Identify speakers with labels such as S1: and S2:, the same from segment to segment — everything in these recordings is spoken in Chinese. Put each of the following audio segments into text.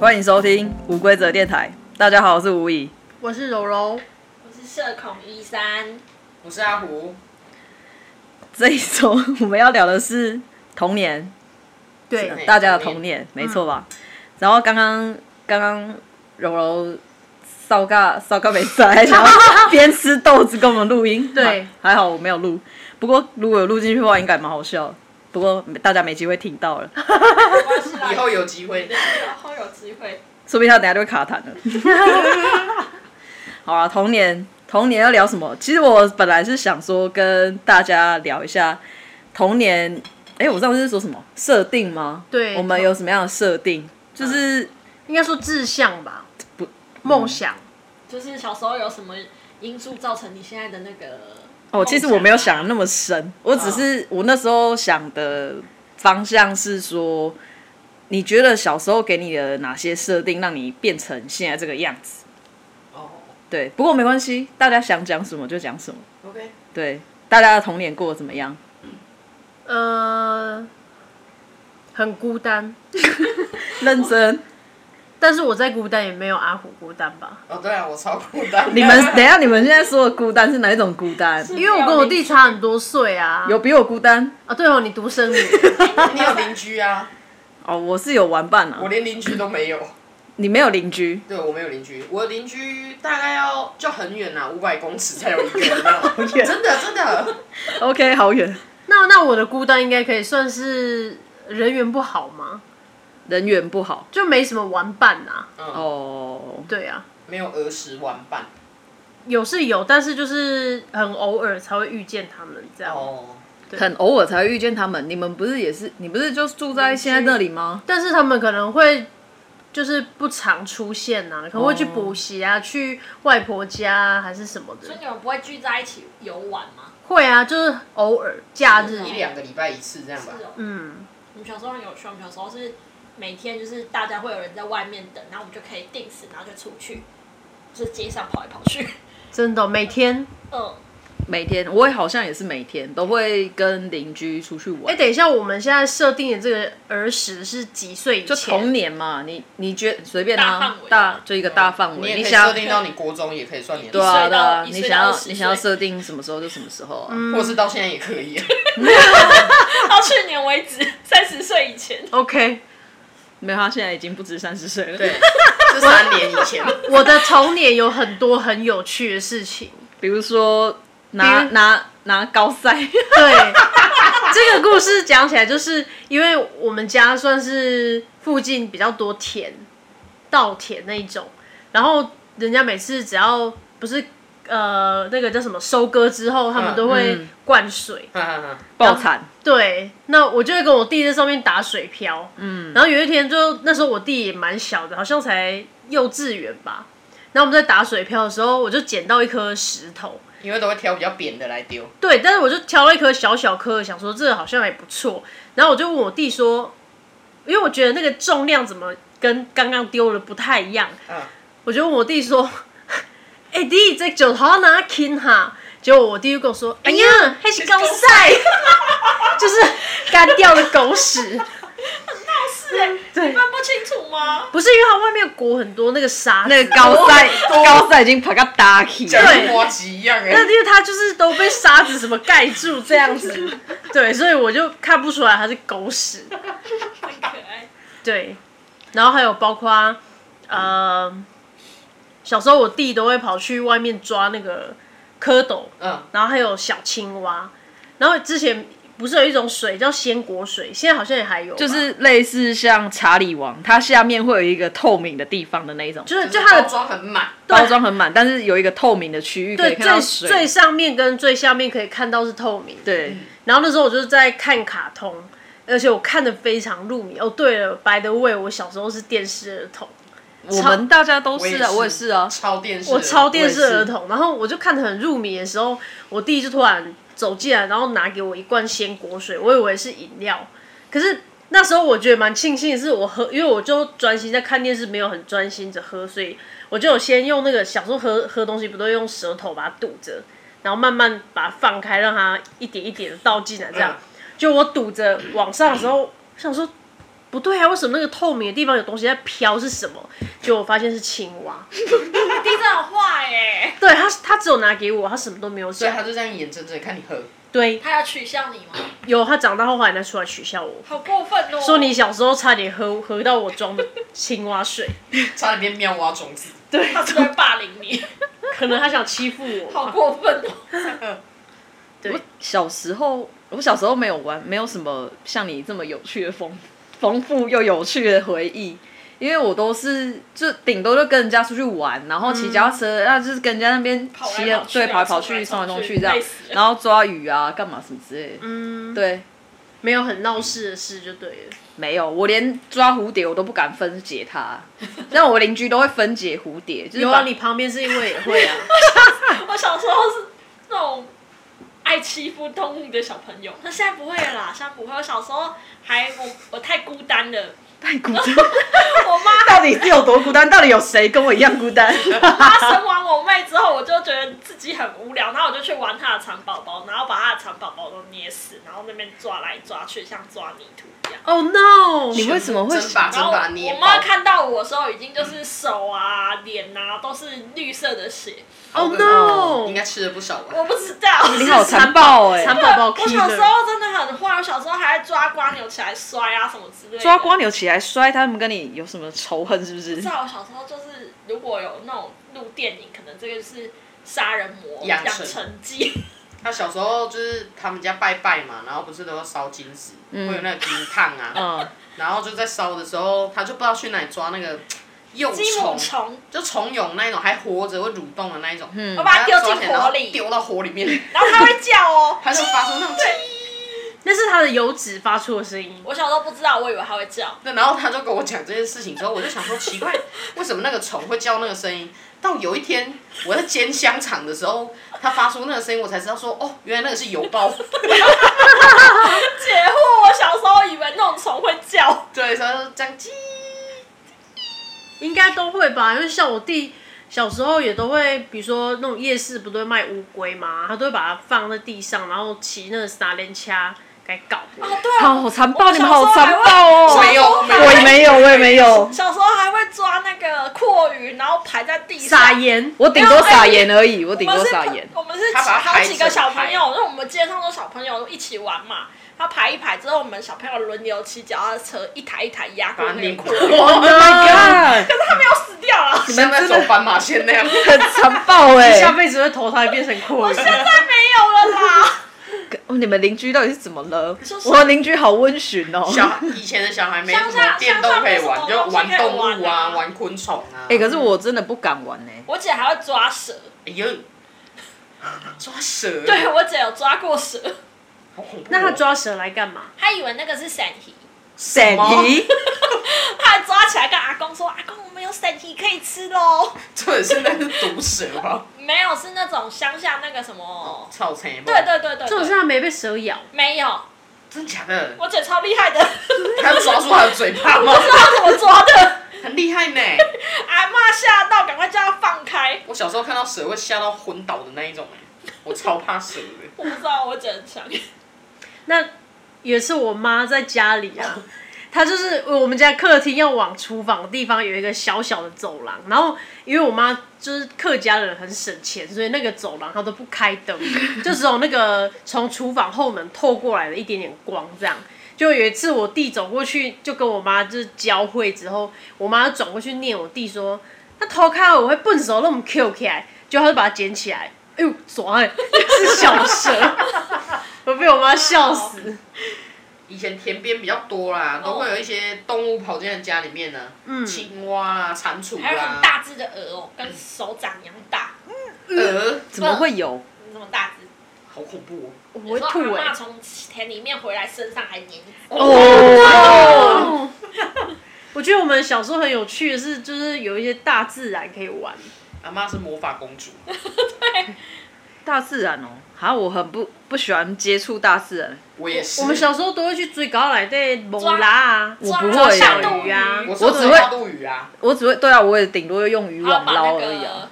S1: 欢迎收听无规则电台。大家好，我是吴怡。
S2: 我是柔柔，
S3: 我是社恐一三，
S4: 我是阿胡，
S1: 这一周我们要聊的是童年，
S2: 对，
S1: 大家的哎童年，没错吧？然后刚刚刚刚柔柔烧嘎烧嘎没在，然后边吃豆子跟我们录音。
S2: 对
S1: 还还好我没有录，不过如果有录进去的话，应该蛮好笑的。不过大家没机会听到了，
S3: 没关系啦
S4: 以后有机会。
S3: 以后有机会。
S1: 说不定他等下就会卡痰了。 好啊，童年，童年要聊什么？其实我本来是想说跟大家聊一下童年，哎、我上次是说什么设定吗？
S2: 对
S1: 我们有什么样的设定？就是
S2: 应该说志向吧，
S1: 不
S2: 梦想，
S3: 就是小时候有什么因素造成你现在的那个？啊
S1: 哦，其实我没有想得那么深，我只是我那时候想的方向是说，你觉得小时候给你的哪些设定，让你变成现在这个样子？
S4: 哦
S1: 对，不过没关系，大家想讲什么就讲什么。
S4: ，OK，
S1: 对，大家的童年过得怎么样？
S2: 呃，很孤单，
S1: 认真，
S2: 但是我再孤单也没有阿虎孤单吧，
S4: 哦对啊，我超孤单。
S1: 你 们等一下，你们现在说的孤单是哪一种孤单？
S3: 是
S2: 因为我跟我弟差很多岁啊，
S1: 有比我孤单
S2: 啊，对哦，你 独生女，
S4: 你有邻居啊？
S1: 哦，我是有玩伴
S4: 我
S1: 啊，
S4: 连邻居都没有。
S1: 你没有邻居，
S4: 对，我没有邻居，我的邻居大概要就很远啊啦，五百公尺才有一个 人啊。
S1: 远
S4: 真的真的，
S1: ，OK，好远，
S2: 那那我的孤单应该可以算是人缘不好吗？
S1: 人缘不好
S2: 就没什么玩伴啊，
S1: 嗯哦，
S2: 对啊，
S4: 嗯没有儿时玩伴。
S2: 有是有，但是就是很偶尔才会遇见他们这样，
S4: 哦，
S1: 很偶尔才会遇见他们。你们不是也是，你不是就住在现在这里吗？
S2: 但是他们可能会就是不常出现呐、可能会去补习啊，去外婆家、啊、还是什么
S3: 所以
S2: 的。
S3: 你们不会聚在一起游玩吗？
S1: 嗯
S2: 会啊，就是偶尔假日
S4: 哦一，两个礼拜一次这样吧
S3: 是。哦，
S2: 嗯，
S3: 我们小时候很有趣，我们小时候是每天就是大家会有人在外面等，然后我们就可以定时，然后就出去，就是街上跑来跑去。
S2: 真的每天。
S3: 嗯，
S1: 每天，我也好像也是每天都会跟邻居出去
S2: 哎、
S1: 玩。
S2: 等一下，我们现在设定的这个儿时是几岁以
S1: 就童
S2: 前？
S1: 年嘛，你你觉随便
S3: 大
S1: 啊
S3: 范，围
S1: 大就一个大范
S4: 你
S1: 围，
S4: 也
S1: 你
S4: 可以
S1: 想
S4: 设定到你国中，也可以算你的
S1: 对啊
S3: 一岁
S1: 对
S3: 到
S1: 啊，
S3: 一
S1: 你
S3: 岁
S1: 想
S3: 到
S1: 要
S3: 十
S1: 你想要
S3: 岁
S1: 设定什么时候就什么时候啊。
S4: 或是到现在也可 以。
S3: 到去年为止，三十岁以前。
S1: 哦
S2: OK，
S1: 没有，他现在已经不止三十岁了。
S4: 对，这三年以 前。
S2: 我的童年有很多很有趣的事情。
S1: 比如说拿
S2: 比如
S1: 拿拿高塞，
S2: 对，这个故事讲起来，就是因为我们家算是附近比较多田，稻田那一种，然后人家每次只要不是呃那个叫什么收割之后，他们
S4: 嗯
S2: 都会
S1: 嗯
S2: 灌水。
S4: 哈哈哈
S1: 爆惨，
S2: 对，那我就会跟我弟在上面打水漂。嗯，然后有一天就那时候我弟也蛮小的，好像才幼稚园吧。然后我们在打水漂的时候，我就捡到一颗石头，
S4: 因为都会挑比较扁的来丢。
S2: 对，但是我就挑了一颗小小颗的，想说这个好像也不错。然后我就问我弟说，因为我觉得那个重量怎么跟刚刚丢的不太一样，
S4: 嗯，
S2: 我就问我弟说：“哎、弟，这酒头要拿轻哈。”结果我弟就跟我说：“哎呀，还是高晒， 就是干掉的狗屎。
S3: 是哎，你分不清楚吗”？
S1: 嗯
S2: 不是因为它外面裹很多那个沙子，
S1: 那个高塞 高塞已经把它打起，
S4: 讲跟摩吉一样哎、
S2: 但因为它就是都被沙子什么盖住这样子，对，所以我就看不出来它是狗屎。
S3: 很可爱。
S2: 对，然后还有包括呃，小时候我弟都会跑去外面抓那个蝌蚪，
S4: 嗯，
S2: 然后还有小青蛙，然后之前不是有一种水叫鲜果水，现在好像也还有吧，
S1: 就是类似像查理王，它下面会有一个透明的地方的那一种，
S2: 就是就
S4: 就
S2: 它
S4: 包
S2: 的
S4: 装很满，
S1: 包装很满，但是有一个透明的区域可以
S2: 对
S1: 看到
S2: 最
S1: 水。
S2: 最上面跟最下面可以看到是透明的，
S1: 对，
S2: 然后那时候我就是在看卡通。而且我看的非常入迷哦。对了，by the way，我小时候是电视儿童，
S1: 我们大家都是啊，
S4: 我
S1: 我
S4: 也
S1: 也
S4: 是
S1: 是啊，
S4: 超电视，
S2: 哦我超电视
S1: 我也是
S2: 儿童，然后我就看得很入迷的时候，我弟就突然走进来，然后拿给我一罐鲜果水，我以为是饮料，可是那时候我觉得蛮庆幸的是，我喝，因为我就专心在看电视，没有很专心着喝，所以我就有先用那个小时候喝喝东西不都用舌头把它堵着，然后慢慢把它放开，让它一点一点的倒进来，这样
S4: 嗯。
S2: 就我堵着往上的时候，想说不对啊，为什么那个透明的地方有东西在飘？是什么？结果我发现是青蛙。
S3: 地震很坏哎，
S2: 对他，他只有拿给我，他什么都没有
S4: 所以
S2: 讲
S4: 他。就这样眼睁睁地看你喝，
S2: 对，
S3: 他要取笑你吗？
S2: 有他长大后还拿出来取笑我，
S3: 好过分哦！
S2: 说你小时候差点喝喝到我装的青蛙水。
S4: 差点变妙蛙种子。
S2: 对，
S3: 他是不是会霸凌你，
S2: 可能他想欺负我。
S3: 好过分哦！
S2: 对，
S1: 小时候，我小时候没有玩，没有什么像你这么有趣的丰丰富又有趣的回忆，因为我都是就顶多就跟人家出去玩，然后骑脚踏车，那、就是跟人家那边
S3: 跑来
S1: 骑，
S3: 跑去
S1: 对，
S3: 啊
S1: 跑来跑
S3: 冲来
S1: 去，冲来
S3: 冲
S1: 冲
S3: 去
S1: 去这样
S3: 累死，了
S1: 然后抓鱼啊，干嘛什么之类的。
S2: 嗯，
S1: 对，
S2: 没有很闹事的事就对了。
S1: 没有，我连抓蝴蝶我都不敢分解它，但我邻居都会分解蝴蝶，就是
S2: 有
S1: 把
S2: 啊， 你旁边是因为也会啊。
S3: 我小时候是那种爱欺负动物的小朋友，那现在不会了啦，现在不会。我小时候还我我太孤单了，
S1: 太孤单，
S3: 我妈
S1: 到底是有多孤单？到底有谁跟我一样孤单？
S3: 他生完我妹之后，我就觉得自己很无聊，然后我就去玩他的蚕宝宝，然后把他的蚕宝宝都捏死，然后那边抓来抓去，像抓泥土一样。
S2: Oh no！
S1: 你为什么会
S4: 真把真
S3: 然后
S4: 把它捏
S3: 我
S4: 爆
S3: 妈？看到我的时候，已经就是手啊、脸啊都是绿色的血，
S4: 好
S2: Oh
S4: 恶哦
S2: no！
S4: 应该吃了不少吧？
S3: 我不知道。
S1: 你好残暴哎、
S2: 残
S3: 对
S2: 宝宝
S3: 我
S2: killer
S3: 小时候真的很坏，我小时候还抓瓜扭起来摔啊什么之类的。
S1: 抓瓜扭起来摔，他们跟你有什么仇恨是不是
S3: 你知？道我小时候就是，如果有那种录电影，可能这个就是杀人魔
S4: 养成
S3: 成记。
S4: 他小时候就是他们家拜拜嘛，然后不是都要烧金纸，
S2: 嗯
S4: 会有那个金烫啊，
S1: 嗯，
S4: 然后就在烧的时候，他就不知道去哪里抓那个幼
S3: 积木
S4: 虫，
S3: 虫，
S4: 就虫蛹那一种，还活着会蠕动的那一种，嗯
S3: 我把它丢进火里，
S4: 丢到火里面，
S3: 然后它会叫哦。
S4: 它就发出那种
S3: 对
S2: 那是他的油脂发出的声音。
S3: 我小时候不知道，我以为它会叫。
S4: 对，然后他就跟我讲这件事情之后，我就想说奇怪，为什么那个虫会叫那个声音？到有一天我在煎香肠的时候，它发出那个声音，我才知道说哦，原来那个是油包。
S3: 解惑，我小时候以为那种虫会叫。
S4: 对，所以它就这样叽。
S2: 应该都会吧，因为像我弟小时候也都会，比如说那种夜市不都会卖乌龟嘛，他都会把它放在地上，然后骑那个沙连掐来搞。
S3: 哦，对啊，
S1: 好残暴，你们好残暴哦！
S3: 我
S4: 没有
S3: 小时候还会
S1: 我也没有，我也没有，
S3: 小时候还会抓那个阔鱼，然后排在地上。
S2: 撒盐，
S1: 我顶多撒盐而已，我顶
S3: 我
S1: 多
S3: 们是
S1: 撒盐。
S3: 我们是
S4: 他把它
S3: 好
S4: 排
S3: 几个
S4: 成
S3: 小朋
S4: 排
S3: 友，那我们街上的小朋友一起玩嘛。他排一排之后，我们小朋友轮流骑脚踏车，一台一台压过
S4: 把它
S3: 那
S4: 碾
S3: 个
S4: 垮
S3: 阔鱼，
S1: Oh my god！
S3: 他没有死掉 啊！
S1: 你
S4: 像
S1: 们
S4: 在
S1: 真
S4: 走
S1: 的
S4: 斑马线那样。
S1: 很残暴哎、
S2: 下辈子会投胎变成阔鱼。
S3: 现在没有了啦。
S1: 哦你们邻居到底是怎么了
S3: 说？实话
S1: 我邻居好温驯哦。
S4: 小以前的小孩没什
S3: 乡下
S4: 么电动可以玩，
S3: 乡下没什
S4: 就
S3: 么东西
S4: 玩
S3: 可以
S4: 动
S3: 玩
S4: 物啊，
S3: 啊
S4: 玩昆虫啊。
S1: 哎、可是我真的不敢玩哎、
S3: 我姐还会抓蛇，
S4: 哎呦，抓蛇，
S3: 对，我姐有抓过蛇，
S4: 好恐怖哦。
S2: 那他抓蛇来干嘛？
S3: 她以为那个是闪鱼，
S1: 闪
S4: 么
S1: 鱼，
S3: 她还抓起来跟阿公说：“阿公，我们有闪鱼可以吃喽。
S4: 这也是那是毒蛇吧？”哦
S3: 没有，是那种乡下那个什么，
S4: 草莓吗？
S3: 哦对，对对对，
S2: 这种
S3: 对
S2: 是他没被蛇咬，
S3: 没有，
S4: 真假的？
S3: 我姐超厉害的，
S4: 他抓住他的嘴巴吗？
S3: 她怎么抓的？
S4: 很厉害呢。
S3: 阿妈吓到，赶快叫她放开。
S4: 我小时候看到蛇会吓到昏倒的那一种哎，我超怕蛇的。
S3: 我不知道，我姐很 强。
S2: 那有一次我妈在家里啊， 她就是我们家客厅要往厨房的地方有一个小小的走廊，然后因为我妈就是客家人很省钱，所以那个走廊她都不开灯，就只有那个从厨房后门透过来的一点点光这样。就有一次我弟走过去，就跟我妈就是交汇之后，我妈就转过去念我弟说：“他头开了，我会笨手那么 Q 起来。”结果他就把它捡起来，哎呦，爽哎、是小蛇，我被我妈笑死。
S4: 以前田边比较多啦，都会有一些动物跑进来家里面呢，青蛙啦、蟾蜍啊
S3: 还有很
S4: 啦、
S3: 大只的鹅哦，跟手掌一样大，
S4: 鹅，
S1: 怎么会有？
S3: 这么大只。
S4: 好恐怖哦
S2: 我
S3: 我
S2: 会吐
S3: 阿
S2: 哎、
S3: 嬷从田里面回来，身上还黏一只
S1: 哦，
S2: 哦， 我觉得我们小时候很有趣的是，就是有一些大自然可以玩。
S4: 哦！阿妈是魔法公主，
S1: 大自然哦，好，我很不不喜欢接触大自然，
S4: 我也是。
S2: 我们小时候都会去追高奶对猛拉啊，
S1: 我
S3: 抓
S1: 不
S3: 抓
S1: 会
S3: 小
S2: 欸
S3: 肚鱼
S2: 啊
S4: 我是
S1: 我只
S4: 会
S1: 会
S4: 大肚鱼啊，
S1: 我只会对啊，我也顶多用渔
S3: 还要
S1: 网
S3: 把那
S1: 捞而已
S3: 个
S1: 啊。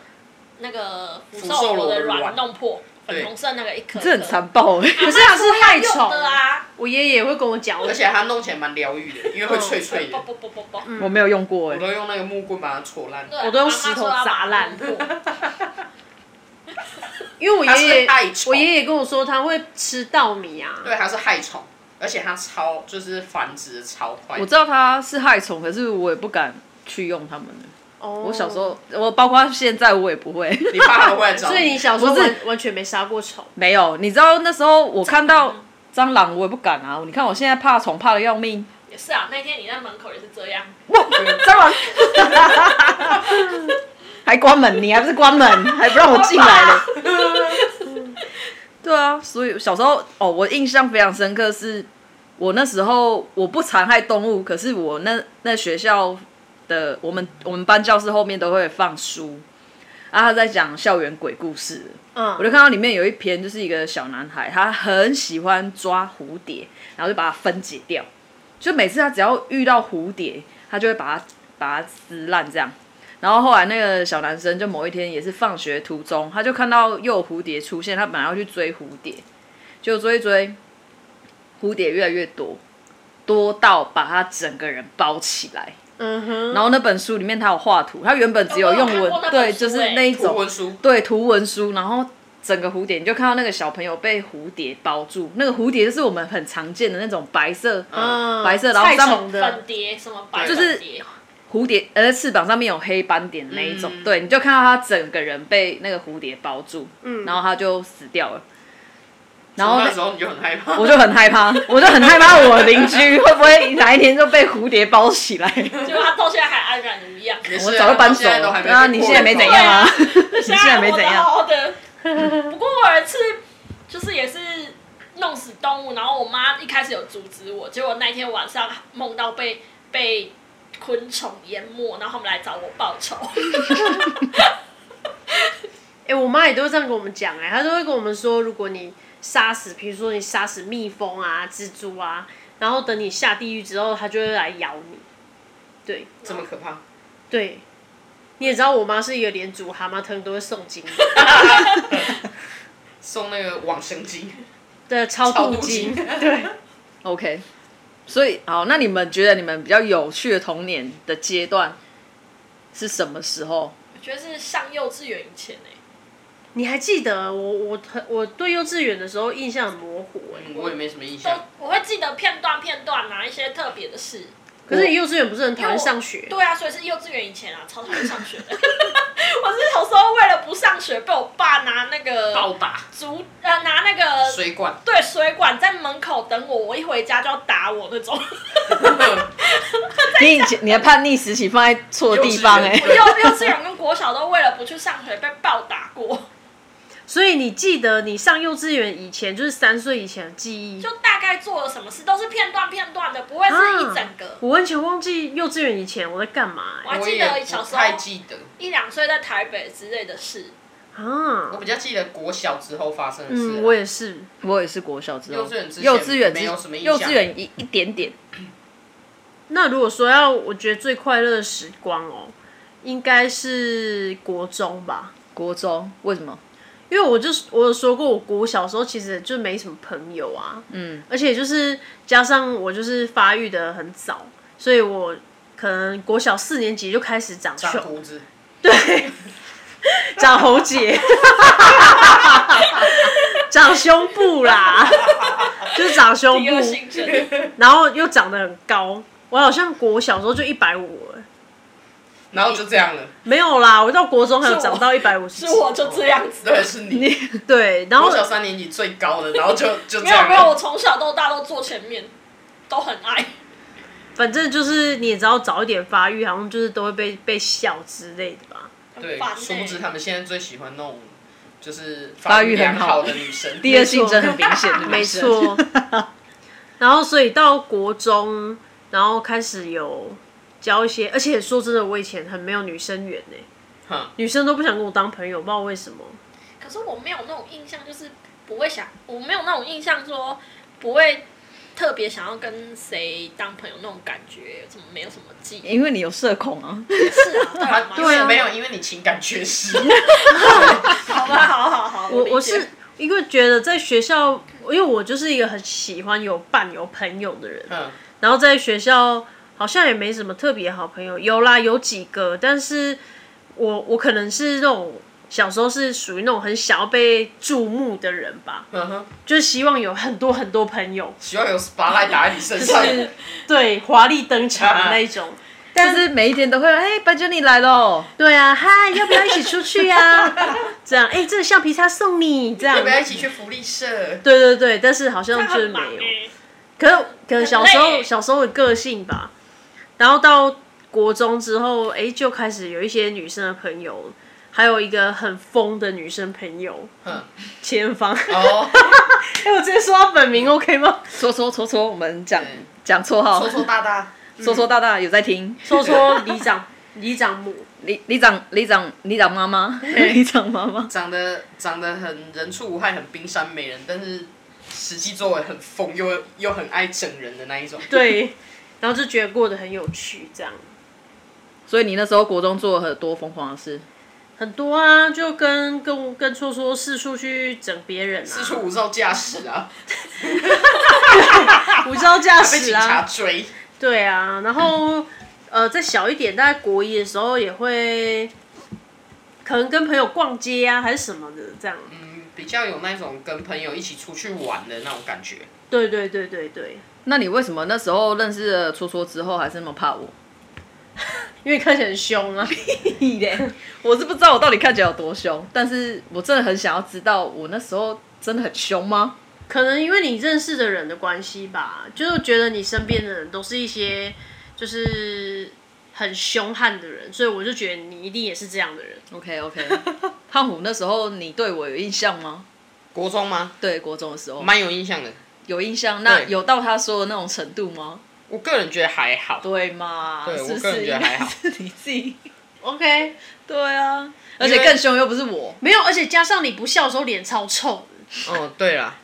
S3: 那个福
S4: 福寿
S3: 寿螺
S4: 螺
S3: 的
S4: 的卵
S3: 卵弄破，粉红色那个一颗，
S1: 这很残暴哎、
S2: 可是它是害虫
S3: 的！啊，
S2: 我爷爷也会跟我讲，我
S4: 而且它弄起来蛮疗愈的，因为会 脆脆的
S3: 啵。啵啵啵啵，
S1: 我没有用过
S4: 我
S1: 哎、
S4: 都用那个木棍把它戳烂。
S3: 对
S2: 嗯我都用石头砸烂
S3: 妈妈说要把它弄破
S2: 因为我
S4: 它是
S2: 爷爷
S4: 害，虫
S2: 我爷爷跟我说他会吃稻米啊，
S4: 对，它是害虫，而且它超就是繁殖得超快。
S1: 我知道它是害虫，可是我也不敢去用它们。
S2: 哦，
S1: 我
S2: 我
S1: 小时，候，我包括现在，我也不会。
S4: 你爸还会来找
S2: 所以你小时候
S1: 不是
S2: 完完全没杀过虫，
S1: 没有，你知道那时候我看到蟑螂，我也不敢啊。你看我现在怕虫，怕的要命。
S3: 也是啊，那天你在门口也是这样，
S1: 哇，蟑螂，还关门，你还不是关门，还不让我进来了。对啊，所以小时候哦，我印象非常深刻是，我那时候我不残害动物，可是我那那学校的我们我们班教室后面都会放书，啊，他在讲校园鬼故事。我
S2: 嗯，
S1: 就看到里面有一篇，就是一个小男孩，他很喜欢抓蝴蝶，然后就把它分解掉。就每次他只要遇到蝴蝶，他就会把它把它撕烂这样。然后后来那个小男生就某一天也是放学途中，他就看到又有蝴蝶出现，他本来要去追蝴蝶，就追一追，蝴蝶越来越多，多到把他整个人包起来。
S2: 嗯哼，
S1: 然后那本书里面他有画图，他原本只有用
S3: 哦我有
S1: 文
S3: 看过那，本
S1: 对，
S3: 书
S1: 就是
S3: 欸
S1: 那一
S4: 图
S1: 种
S4: 文书，
S1: 对图文书，然后整个蝴蝶，你就看到那个小朋友被蝴蝶包住，那个蝴蝶就是我们很常见的那种白色
S2: 嗯，
S1: 白色然后
S2: 菜
S1: 上
S2: 虫的
S3: 粉，蝶什么白
S4: 就是
S3: 粉蝶
S1: 蝴蝶，呃，翅膀上面有黑斑点那一种，
S4: 嗯
S1: 对，你就看到他整个人被那个蝴蝶包住，
S2: 嗯
S1: 然后他就死掉了。然后
S4: 然后
S1: 那
S4: 那时候你就很害怕。
S1: 我就很害怕，我就很害怕我邻居会不会哪一天就被蝴蝶包起 来？
S3: 结果他到现在还安然无恙。
S4: 没事啊
S1: 我早就搬走
S4: 到现在都还
S1: 了。
S4: 没
S1: 对啊，
S4: 被
S1: 你
S4: 过
S1: 现在没
S4: 瘾
S1: 怎样啊？
S3: 你
S1: 现在没怎样
S3: 好好的。不过我有一次就是也是弄死动物，然后我妈一开始有阻止我，结果那天晚上梦到被被昆虫淹没，然后他们来找我报仇。
S2: 哎，我妈也都会这样跟我们讲，哎，她都会跟我们说，如果你杀死，比如说你杀死蜜蜂啊、蜘蛛啊，然后等你下地狱之后，它就会来咬你，对，
S4: 这么可怕？
S2: 对，你也知道我妈是一个连煮蛤蟆汤都会诵经的，
S4: 送那个往 生经，
S2: 对，超
S4: 超
S2: 度
S4: 度
S2: 经，
S4: 经
S2: 对，
S1: OK，所以好，那你们觉得你们比较有趣的童年的阶段是什么时候？
S3: 我觉得是上幼稚园以前哎、
S2: 你还记得我我很我对幼稚园的时候印象很模糊哎、
S4: 嗯我也没什么印
S3: 都
S1: 啊
S4: 象。
S3: 我会记得片段片段啊哪一些特别的事。
S2: 可是你幼稚园不是很讨
S3: 因为
S2: 厌
S3: 我
S2: 上学？
S3: 对啊，所以是幼稚园以前啊，超讨厌上学的。 我是小时候为了不上学，被我爸拿那
S4: 暴
S3: 个
S4: 打
S3: 竹呃拿那个
S4: 水管，
S3: 对水管在门口等我，我一回家就要打我那 种。呃
S1: 你以前你的叛逆时期放在错的地方哎、
S4: 幼稚
S3: 幼
S4: 园
S1: 欸，
S3: 幼稚园跟国小都为了不去上学被暴打过，
S2: 所以你记得你上幼稚园以前，就是三岁以前的记忆。
S3: 就大概做了什么事都是片段片段的，不会是一整
S4: 啊
S3: 个。
S2: 啊我完全忘记幼稚园以前我在干嘛、
S3: 我
S2: 欸、
S3: 还
S4: 我
S3: 记
S4: 也
S3: 得小时
S4: 不
S3: 候
S4: 太记得。
S3: 一两岁在台北之类的事，
S2: 啊
S4: 我！比较记得国小之后发生的事啊。
S2: 嗯，我也是。
S1: 我也是国小之后，
S4: 幼稚园之前
S1: 幼稚园之
S4: 没有什么印象
S1: 幼稚园一一点点，
S2: 那如果说要我觉得最快乐的时光哦，应该是国中吧，
S1: 国中为什么？
S2: 因为我就是我有说过，我国小时候其实就没什么朋友啊，
S1: 嗯，
S2: 而且就是加上我就是发育的很早，所以我可能国小四年级就开始长
S4: 长
S2: 球，
S4: 胡子，
S2: 对，长喉结， 长胸部啦，就是长
S4: 哦
S2: 胸
S3: 第二
S2: 部，
S3: 性征。你
S2: 然后又长得很高，我好像国小时候就一百五了，
S4: 然后就这样了。
S2: 没有啦，我到国中还有
S3: 是我
S2: 长到一百五十，
S3: 是我就这样子。
S4: 对，是你。
S2: 对，然后
S4: 国小三年级最高的，然后 就 就这
S3: 没有
S4: 样。啊
S3: 没有，我，从小到大都坐前面，都很爱。
S2: 反正就是你也知道早一点发育，好像就是都会被被笑之类的吧。
S4: 对
S3: 很烦，
S4: 殊不知
S3: 欸
S4: 他们现在最喜欢那种就是
S1: 发
S4: 发
S1: 育
S4: 育
S1: 很
S4: 良
S1: 好
S4: 好的女 生。
S1: 第二性征很明显 的，
S2: 没 错。然后所以到国中，然后开始有交一些，而且说真的，我以前很没有女生缘呢、
S4: 哼
S2: 女生都不想跟我当朋友，不知道为什么。
S3: 可是我没有那种印象，就是不会想，我没有那种印象说不会特别想要跟谁当朋友那种感觉，怎么没有什么记忆？
S1: 因为你有社恐啊，
S3: 是啊，
S4: 他
S3: 对
S4: 因为
S2: 啊
S4: 没有，因为你情感缺失。
S3: 好吧，好好好，
S2: 我我
S3: 理解
S2: 是因为觉得在学校，因为我就是一个很喜欢有伴有朋友的人，
S4: 嗯，
S2: 然后在学校好像也没什么特别好朋友，有啦有几个，但是我我可能是那种小时候是属于那种很想要被注目的人 吧，
S4: 嗯哼，
S2: 就是希望有很多很多朋 友，
S4: 希望有 spotlight 打在你身上。
S2: 是对华丽登场的那一 种。
S1: 但是每一天都会，哎，白娟你来喽，
S2: 对啊，嗨，要不要一起出去呀、 这样，哎、这个橡皮擦送你，这样。
S4: 要不要一起去福利社？
S2: 对对对，但是好像
S3: 他
S2: 就是
S3: 很
S2: 没
S3: 忙
S2: 有。
S3: 哎，
S2: 可是 可能小时
S3: 很
S2: 候
S3: 累
S2: 小时候的个性吧，然后到国中之后，哎、就开始有一些女生的朋友，还有一个很疯的女生朋友，
S4: 嗯，
S2: 前方。哎、
S4: 哦，
S2: 我直接说她本名 OK 吗？
S1: 戳戳戳戳，我们讲
S4: 对
S1: 讲绰号，
S4: 抽抽大大，
S1: 戳戳大大有在听，
S2: 说说里长，里长母，
S1: 里里长里长里长妈妈， 里长妈妈，
S4: 长得长得很人畜无害，很冰山美人，但是实际作为很疯又又很爱整人的那一种。
S2: 对，然后就觉得过得很有趣，这样。
S1: 所以你那时候国中做了很多疯狂的事，
S2: 很多啊，就跟跟跟说说四处去整别人啊，
S4: 四处无照驾驶 啊，
S2: 无照驾
S4: 被
S2: 驶
S4: 警察
S2: 啊，
S4: 追。
S2: 对啊，然后呃，再小一点，大概国一的时候也会，可能跟朋友逛街啊，还是什么的这样。
S4: 嗯，比较有那种跟朋友一起出去玩的那种感觉。
S2: 对对对对对，
S1: 那你为什么那时候认识了戳戳之后还是那么怕我？
S2: 因为看起来很凶啊。
S1: 我是不知道我到底看起来有多凶，但是我真的很想要知道我那时候真的很凶吗？
S2: 可能因为你认识的人的关系吧，就是觉得你身边的人都是一些就是很凶悍的人，所以我就觉得你一定也是这样的人。
S1: OK OK，胖 虎那时候你对我有印象吗？
S4: 国中吗？
S1: 对，国中的时候
S4: 蛮有印象的。
S1: 有印象，那
S4: 对
S1: 有到他说的那种程度吗？
S4: 我个人觉得还好。
S1: 对嘛？
S4: 对
S1: 是不
S4: 我个人
S1: 是
S4: 觉
S1: 应
S4: 得还
S1: 该
S4: 好
S1: 是你自己？
S2: OK，
S1: 对啊，而
S4: 因为
S1: 且更凶又不是我，
S2: 没有，而且加上你不笑的时候脸超臭的，
S4: 哦，对啦，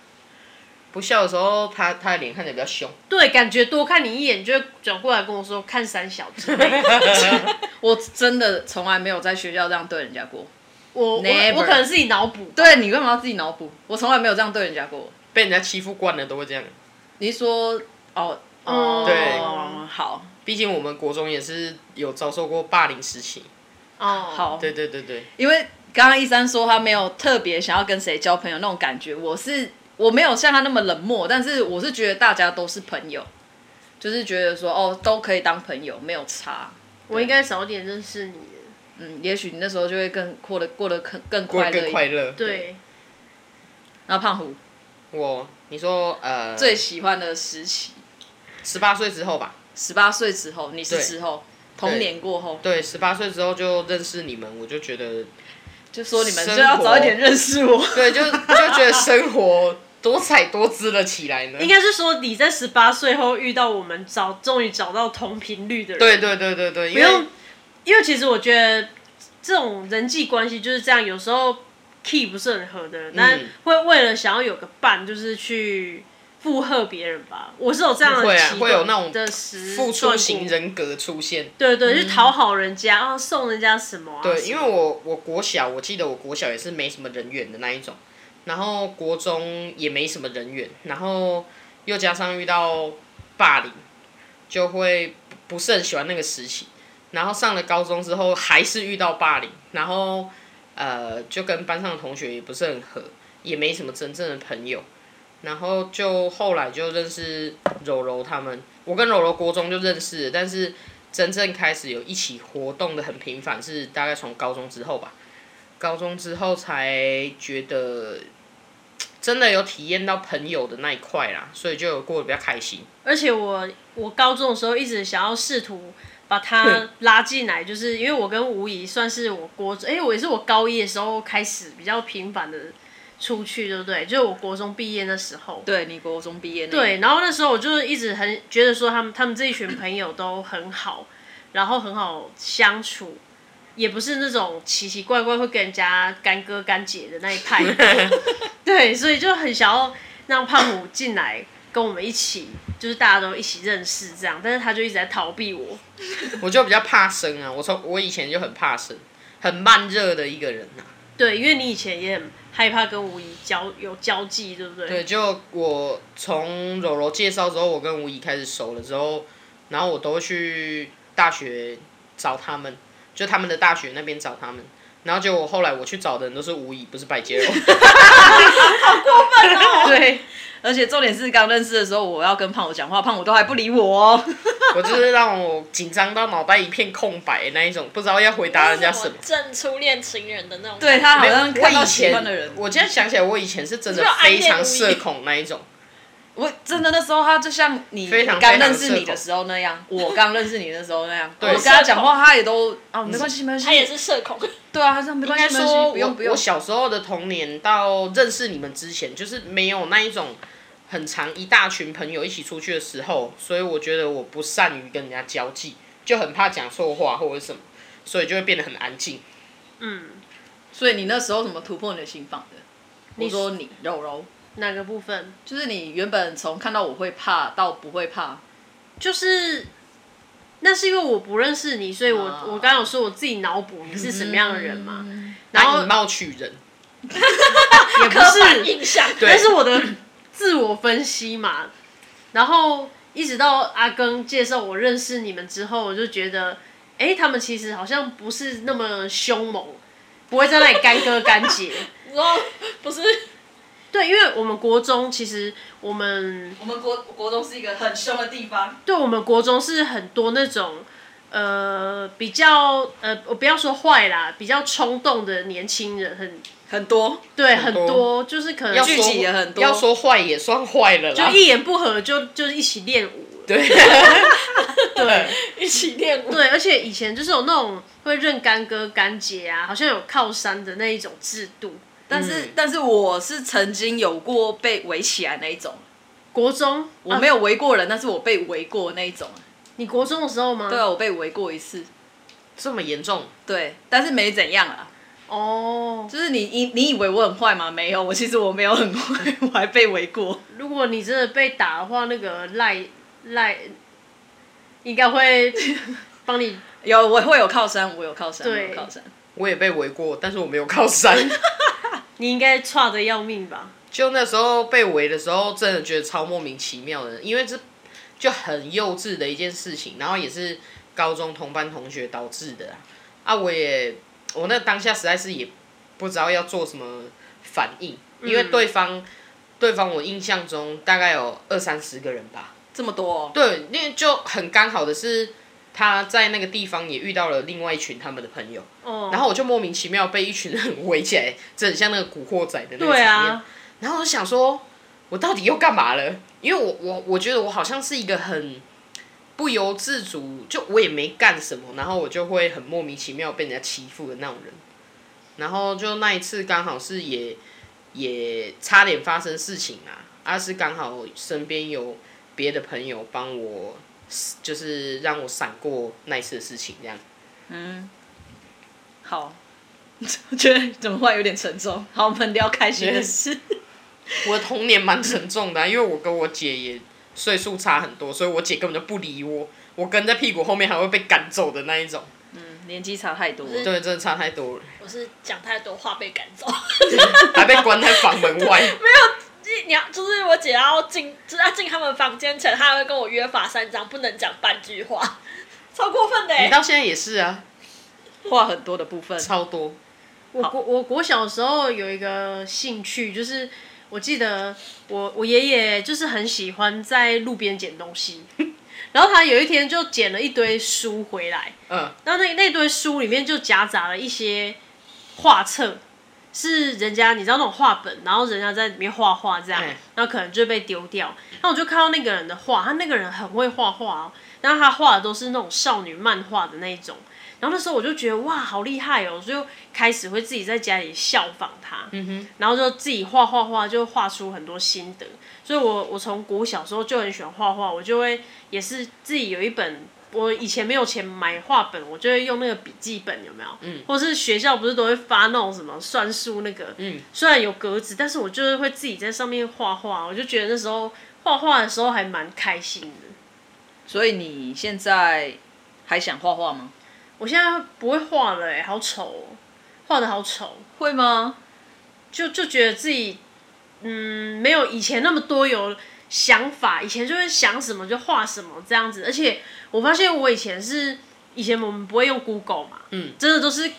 S4: 不笑的时候，他他的脸看起来比 较凶。
S2: 对，感觉多看你一眼就会转过来跟我说看三小之类的。
S1: 我真的从来没有在学校这样对人家过。
S2: 我我
S1: Never
S2: 我可能自己脑补，
S1: 对你干嘛要自己脑补？我从来没有这样对人家过。
S4: 被人家欺负惯了都会这样。
S1: 你是说哦哦
S2: 嗯，
S4: 对
S1: 好
S4: 毕竟我们国中也是有遭受过霸凌时期。
S2: 哦，
S1: 好，
S4: 对对对对，
S1: 因为刚刚一三说他没有特别想要跟谁交朋友那种感觉，我是我没有像他那么冷漠，但是我是觉得大家都是朋友，就是觉得说哦都可以当朋友，没有差。
S2: 我应该早点认识你。
S1: 嗯，也许你那时候就会更过得过得更更
S4: 过
S1: 快
S4: 得
S1: 乐
S4: 更
S1: 一
S4: 快嗯
S1: 点。
S4: 乐。，
S2: 对，
S1: 然后胖虎
S4: 我你说呃，
S1: 最喜欢的时期，
S4: 十八岁之后吧。
S1: 十八岁之后，你是
S4: 对
S1: 之后童年过后，
S4: 对，十八岁之后就认识你们，我就觉得，
S1: 就说你们
S4: 生
S1: 就要早一点
S4: 活
S1: 认识 我。
S4: 对，就就觉得生活多彩多姿了起来呢。
S2: 应该是说你在十八岁后遇到我们找，终于找到同频率的人。
S4: 对，对对对对，因
S2: 不
S4: 为
S2: 用，因为其实我觉得这种人际关系就是这样，有时候 key 不是很合的人，但
S4: 嗯
S2: 会为了想要有个伴，就是去附和别人吧。我是有这样的
S4: 会啊
S2: 奇
S4: 会
S2: 怪
S4: 有那种
S2: 的时
S4: 付出
S2: 段
S4: 型
S2: 过
S4: 人格出现。
S2: 对对，去讨好人家，然后送人家什么啊？
S4: 对，
S2: 什
S4: 因为
S2: 么
S4: 我我国小，我记得我国小也是没什么人缘的那一种，然后国中也没什么人缘，然后又加上遇到霸凌，就会不不是很喜欢那个时期。然后上了高中之后，还是遇到霸凌，然后呃，就跟班上的同学也不是很合，也没什么真正的朋友。然后就后来就认识柔柔他们，我跟柔柔国中就认识了，但是真正开始有一起活动的很频繁，是大概从高中之后吧。高中之后才觉得真的有体验到朋友的那一块啦，所以就有过得比较开心。
S2: 而且我我高中的时候一直想要试图把他拉进来，就是因为我跟吴怡算是我国中，哎、我也是我高一的时候开始比较频繁的出去，对不对？就是我国中毕业那时候。
S1: 对你国中毕业那
S2: 对，然后那时候我就是一直很觉得说他们他们这一群朋友都很好，然后很好相处，也不是那种奇奇怪怪会跟人家干哥干姐的那一派。 对，所以就很想要让胖虎进来跟我们一起，就是大家都一起认识这样，但是他就一直在逃避我。
S4: 我就比较怕生啊，我从我以前就很怕生，很慢热的一个人啊。
S2: 对，因为你以前也很害怕跟吴仪交有交际，对不对？
S4: 对，就我从柔柔介绍之后，我跟吴怡开始熟了之后，然后我都会去大学找他们，就他们的大学那边找他们。然后结果后来我去找的人都是吴怡，不是百哦洁柔。
S1: 对，而且重点是刚认识的时候，我要跟胖虎讲话，胖虎都还不理我、哦。
S4: 我就是让我紧张到脑袋一片空白的那一种，不知道要回答人家什么。
S3: 正初恋情人的那种，
S1: 对他好
S4: 没有
S1: 像
S4: 我
S1: 看到
S4: 以
S1: 喜欢的
S4: 前
S1: 人，，
S4: 我现在想起来，我以前是真的
S3: 你是有暗
S4: 非
S3: 恋
S4: 常
S3: 吴怡
S4: 社恐那一种。
S1: 我真的那时候他就像你
S4: 非常
S1: 刚
S4: 非常
S1: 认识你
S4: 社
S1: 的
S4: 恐
S1: 时候那样，我刚认识你的时候那样，我
S4: 对
S1: 跟他讲话他也都啊没关系没关系，
S3: 他也是社恐，
S1: 对啊，他说没
S4: 应
S1: 关
S4: 该
S1: 系没关
S4: 说
S1: 系，
S4: 我
S1: 不用不用
S4: 我。小时候的童年到认识你们之前，就是没有那一种很长一大群朋友一起出去的时候，所以我觉得我不善于跟人家交际，就很怕讲错话或者什么，所以就会变得很安静。
S2: 嗯，
S1: 所以你那时候怎么突破你的心防的？我说你柔柔，
S2: 哪个部分？
S1: 就是你原本从看到我会怕到不会怕，
S2: 就是那是因为我不认识你，所以我、
S1: 啊
S2: 我刚刚有说我自己脑补你是什么样的人嘛，
S3: 嗯
S2: 然
S4: 那以
S2: 后
S4: 貌取人，
S2: 也不
S3: 刻板
S2: 是，
S3: 印象。
S4: 对
S2: 那是我的自我分析嘛。然后一直到阿庚介绍我认识你们之后，我就觉得，哎、他们其实好像不是那么凶猛，不会在那里干哥干姐。
S3: 然后不是
S2: 对，因为我们国中其实我们
S1: 我们国国中是一个很凶的地方，
S2: 对我们国中是很多那种呃比较呃，我不要说坏啦，比较冲动的年轻人，很
S1: 很多
S2: 对很
S4: 多
S2: 多，就是可能
S4: 要
S1: 聚
S4: 说
S1: 集也很多
S4: 要说坏也算坏了
S2: 就
S4: 啦。
S2: 一言不合就就是一起练舞了。
S4: 对对，
S3: 一起练舞，
S2: 对，而且以前就是有那种会认干哥干姐啊，好像有靠山的那一种制度。
S1: 但是、
S4: 嗯
S1: 但是我是曾经有过被围起来那一种，
S2: 国中
S1: 我
S2: 啊
S1: 没有围过人，但是我被围过那一种。
S2: 你国中的时候吗？
S1: 对啊，我被围过一次，
S4: 这么严重，
S1: 对，但是没怎样啊。
S2: 哦，
S1: 就是你你你以为我很坏吗？没有，我其实我没有很坏，我还被围过。
S2: 如果你真的被打的话，那个赖赖应该会帮你
S1: 有我会有靠山，我有靠山，我
S2: 对
S1: 有靠山。
S4: 我也被围过，但是我没有靠 山。
S2: 你应该差的要命吧？
S4: 就那时候被围的时候，真的觉得超莫名其妙的，因为这就很幼稚的一件事情，然后也是高中同班同学导致的啊。啊，我也我那当下实在是也不知道要做什么反应，因为对方、对方我印象中大概有二三十个人吧，
S1: 这么多、哦，
S4: 对，那就很刚好的是他在那个地方也遇到了另外一群他们的朋友，
S2: 哦，
S4: 然后我就莫名其妙被一群人 围起来，这很像那个古惑仔的那个场
S2: 对
S4: 面。
S2: 啊，
S4: 然后我就想说，我到底又干嘛了？因为我我我觉得我好像是一个很不由自主，就我也没干什么，然后我就会很莫名其妙被人家欺负的那种人。然后就那一次刚好是也也差点发生事情啦，啊是刚好身边有别的朋友帮我，就是让我闪过那一次的事情这样。
S1: 嗯，好， 我觉得怎么话有点沉重。好，我们聊开心的事。
S4: 我的童年蛮沉重的啊、因为我跟我姐也岁数差很多，所以我姐根本就不理我，我跟在屁股后面还会被赶走的那一种。
S1: 嗯， 年纪差太多了，
S4: 对，真的差太多了，
S3: 我是讲太多话被赶走。
S4: 还被关在房门外。
S3: 你要就是我姐要进，就是要进他们房间前，她还会跟我约法三章，不能讲半句话，超过分的、
S4: 你
S3: 欸。
S4: 到现在也是啊，
S1: 话很多的部分。
S4: 超多。
S2: 我国我国小的时候有一个兴趣，就是我记得我我爷爷就是很喜欢在路边捡东西， 然后他有一天就捡了一堆书回来，
S4: 嗯，
S2: 那那那堆书里面就夹杂了一些画册，是人家你知道那种画本，然后人家在里面画画这样
S4: 哎，
S2: 然后可能就被丢掉。那我就看到那个人的画，他那个人很会画画哦，然后他画的都是那种少女漫画的那一种。然后那时候我就觉得哇，好厉害哦，所以就开始会自己在家里效仿他，然后就自己画画画，就画出很多心得。所以我我从国小时候就很喜欢画画，我就会也是自己有一本，我以前没有钱买画本，我就会用那个笔记本，有没有？嗯，或是学校不是都会发那种什么算术那个，嗯，虽然有格子，但是我就是会自己在上面画画，我就觉得那时候画画的时候还蛮开心的。
S1: 所以你现在还想画画吗？
S2: 我现在不会画了、欸，好丑、哦。画的好丑，
S1: 会吗？
S2: 就就觉得自己嗯没有以前那么多有想法，以前就是想什么就画什么这样子。而且我发现我以前是以前我们不会用 Google 嘛，
S4: 嗯，
S2: 真的都是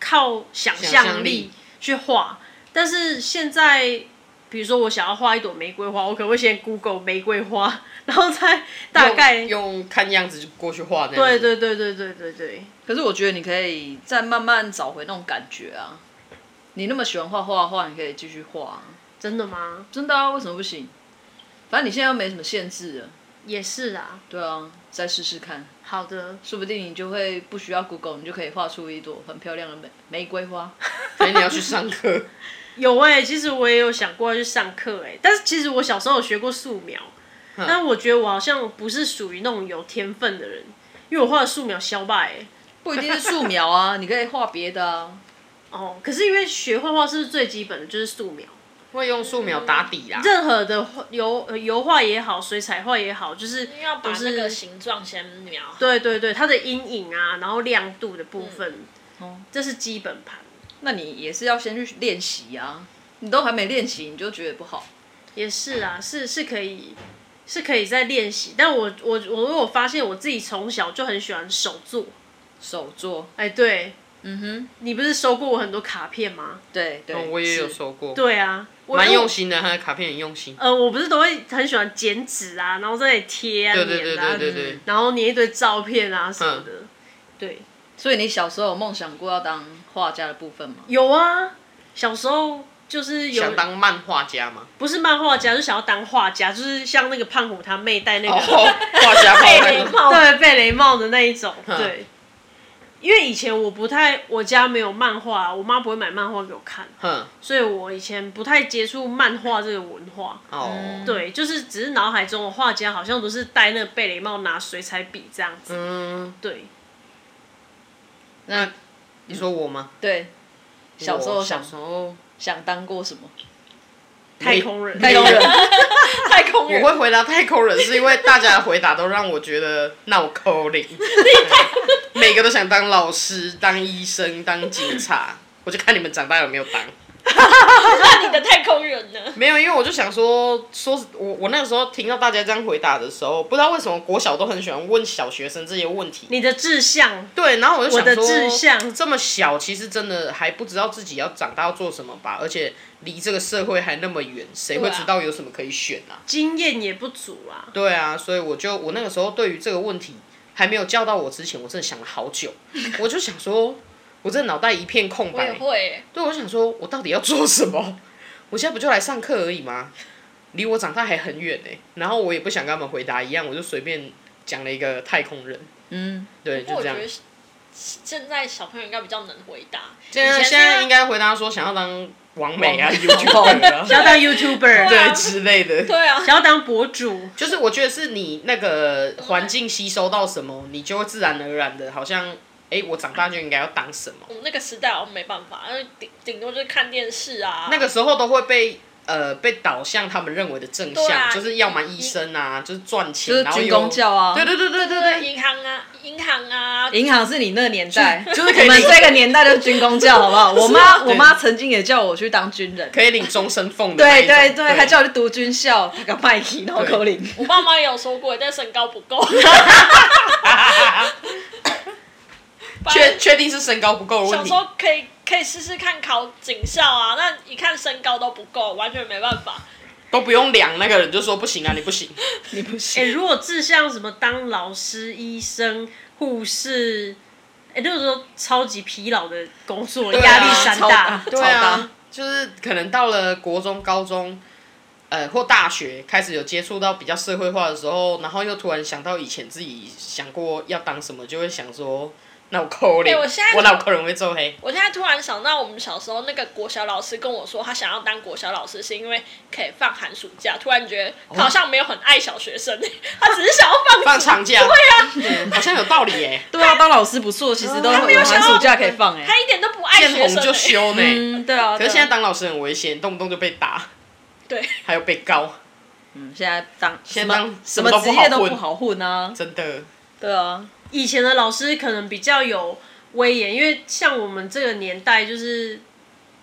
S2: 靠想
S4: 想
S2: 象
S4: 象
S2: 力
S4: 力
S2: 去画。但是现在，比如说我想要画一朵玫瑰花，我可不可以先 Google 玫瑰花，然后再大概
S4: 用用看样子就过去画那样
S2: 对
S4: 子。
S2: 对对对对对对，
S1: 可是我觉得你可以再慢慢找回那种感觉啊。你那么喜欢画画的话，你可以继续画啊，
S2: 真的吗？
S1: 真的啊，为什么不行？反正你现在又没什么限制了，
S2: 也是啊，
S1: 对啊，再试试看，
S2: 好的，
S1: 说不定你就会不需要 Google，你就可以画出一朵很漂亮的玫玫瑰花。
S4: 所以你要去上课，
S2: 有哎、其实我也有想过要去上课哎、但是其实我小时候有学过素描，但我觉得我好像不是属于那种有天分的人，因为我画的素描消败哎、
S1: 不一定是素描啊， 你可以画别的啊。
S2: 哦，可是因为学画画是不是最基本的就是素描，
S4: 会用素描打底啦。
S2: 任何的画油呃油画也好，水彩画也好，就是
S3: 要把
S2: 都
S3: 那
S2: 是
S3: 个形状先描好。
S2: 对对对，它的阴影啊，然后亮度的部分，
S3: 哦
S2: 这是基本盘，
S1: 那你也是要先去练习啊，你都还没练习，你就觉得不好。
S2: 也是啊，是是可以。是可以再练习，但我我我我有发现我自己从小就很喜欢手作，
S1: 手作，
S2: 哎，对，
S1: 嗯哼，
S2: 你不是收过我很多卡片吗？
S1: 对对、
S4: 嗯我也有
S1: 是
S4: 收过，
S2: 对啊，我
S4: 蛮用。心的，他的卡片很用心。
S2: 呃，我不是都会很喜欢剪纸啊，然后在那里贴啊、
S4: 对对对
S2: 粘啊
S4: 对，对对，嗯
S2: 然后粘一堆照片啊什么的。对，
S1: 所以你小时候有梦想过要当画家的部分吗？
S2: 有啊，小时候就是有
S4: 想当漫画家嘛？
S2: 不是漫画家，就想要当画家，就是像那个胖虎他妹戴那个、
S4: 哦画家泡
S3: 贝雷
S4: 那个
S3: 帽，
S2: 对贝雷帽的那一种。
S4: 嗯
S2: 对，因为以前我不太，我家没有漫画，我妈不会买漫画给我看，
S4: 哼，
S2: 所以我以前不太接触漫画这个文化。
S4: 哦，
S2: 对，就是只是脑海中的画家好像都是戴那个贝雷帽、拿水彩笔这样子。
S4: 嗯，
S2: 对，
S4: 那你说我吗？
S1: 对，小时候
S4: 我
S1: 想
S4: 小时候，
S1: 想当过什么？
S2: 太空人，
S1: 太空人，
S3: 太空
S4: 我
S3: 人，
S4: 会回答太空人，是因为大家的回答都让我觉得那我 扣零，每个都想当老师、当医生、当警察，我就看你们长大有没有当。
S3: 那你的太空人呢？
S4: 没有，因为我就想说，说是我我那个时候听到大家这样回答的时候，不知道为什么国小都很喜欢问小学生这些问题。
S2: 你的志向，
S4: 对，然后我就
S2: 我
S4: 想
S2: 的
S4: 说，
S2: 志向，
S4: 这么小，其实真的还不知道自己要长大要做什么吧，而且离这个社会还那么远，谁会
S3: 对啊
S4: 知道有什么可以选啊？
S2: 经验也不足啊。
S4: 对啊，所以我就我那个时候对于这个问题还没有叫到我之前，我真的想了 好久，我就想说，我这脑袋一片空
S3: 我也
S4: 白。
S3: 会欸耶，
S4: 对，我就想说我到底要做什么？我现在不就来上课而已吗？离我长大还很远呢、欸然后我也不想跟他们回答一样，我就随便讲了一个太空人，
S1: 嗯，
S4: 对，
S3: 不过我
S4: 就这
S3: 觉
S4: 样
S3: 得。现在小朋友应该比较能回答，
S4: 现在
S3: 以前啊
S4: 啊现在应该回答说想要当王美啊、
S1: 网
S4: YouTuber 啊，
S2: 想要当 YouTuber，
S3: 对
S4: 对
S3: 啊
S4: 之类的。
S3: 对啊，
S2: 想要当博主，
S4: 就是我觉得是你那个环境吸收到什么，你就会自然而然的，好像哎、诶我长大就应该要当什么
S3: 我。们那个时代好像没办法，因为顶顶多就是看电视啊，
S4: 那个时候都会被呃被导向他们认为的正
S3: 对
S4: 向，
S3: 啊
S4: 就是要么医生啊，就是赚钱，
S1: 就是
S4: 然后
S1: 军
S4: 有
S1: 工教啊。
S4: 对对对对对对，
S3: 银行啊，银行啊，
S1: 银行是你那年代，
S4: 就是可以
S1: 我们
S4: 领
S1: 这个年代的军工教，好不好？我妈
S4: 对
S1: 我妈曾经也叫我去当军人，
S4: 可以领终身俸的那
S1: 对
S4: 一种。
S1: 对对，还叫我去读军校，他个麦克，然后口令。
S3: 我爸妈也有说过，但身高不 够，
S4: 确确定是身高不够的问
S3: 想
S4: 题。
S3: 说可以可以试试看考警校啊，那一看身高都不够，完全没办法。
S4: 都不用量，那个人就说不行啊，你不行。
S1: 你不
S2: 哎、
S1: 信？
S2: 如果志向什么当老师、医生、护士，哎、那个时候超级疲劳的工作，
S4: 对啊
S2: 压力山
S1: 超
S2: 大
S1: 大。
S4: 对
S1: 超
S4: 啊
S1: 大，
S4: 就是可能到了国中、高中，呃，或大学开始有接触到比较社会化的时候，然后又突然想到以前自己想过要当什么，就会想说，那我扣脸，
S3: 哎我现在
S4: 我脑壳人会皱 黑。
S3: 我现在突然想到，我们小时候那个国小老师跟我说，他想要当国小老师是因为可以放寒暑假。突然觉得他
S4: 哦
S3: 好像没有很爱小学生，欸他只是想要放
S4: 放
S3: 暑
S4: 长假，对啊，好像有道理耶、
S1: 对啊，当老师不错，其实都
S3: 没有
S1: 有
S3: 想
S1: 寒
S3: 要
S1: 暑假可以放哎。
S3: 他一点都不爱
S4: 见
S3: 学
S4: 红就
S3: 生、欸。
S4: 休呢、
S2: 哎
S1: 嗯，对啊。
S4: 可是
S1: 对
S4: 现
S1: 啊
S4: 在当老师很危险，动不动就被打，
S3: 对，
S4: 还有被告，
S1: 现在当
S4: 现在当
S1: 什
S4: 什
S1: 么
S4: 么
S1: 什么职业都
S4: 都不好混
S1: 不好混啊。
S4: 真的。
S1: 对啊，
S2: 以前的老师可能比较有威严，因为像我们这个年代，就是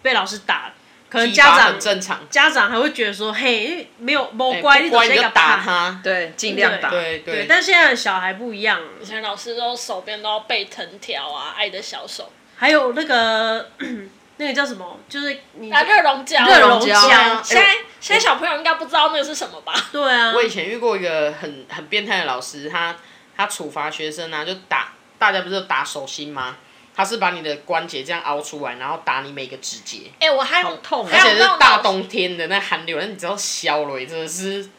S2: 被老师打，可能
S4: 体
S2: 家
S4: 罚
S2: 长
S4: 很正常，
S2: 家长还会觉得说，嘿，因为没有不
S4: 哎
S2: 乖，
S4: 不
S2: 你
S4: 乖
S2: 怎
S4: 你就
S2: 么
S4: 打？他，
S1: 对，尽量打。
S4: 对
S2: 对，
S4: 对，
S2: 但现在的小孩不一样，
S3: 以
S4: 嗯
S3: 前老师都手边都要备藤条啊，爱的小手
S2: 还有那个 那个叫什么，就是你
S3: 啊，热熔胶，
S1: 热熔胶
S4: 对啊
S1: 胶
S3: 现在
S4: 哎
S3: 现在小朋友应该不知道那个是什么吧？
S2: 对啊，
S4: 我以前遇过一个很很变态的老师，他他处罚学生啊，就打大家不是有打手心吗？他是把你的关节这样凹出来，然后打你每个指节，
S3: 哎、我还有
S1: 痛啊
S4: 而
S3: 还
S4: 且
S3: 有
S4: 是
S3: 那种
S4: 大
S3: 老
S4: 冬天的那寒流，那你知道削了，欸真的是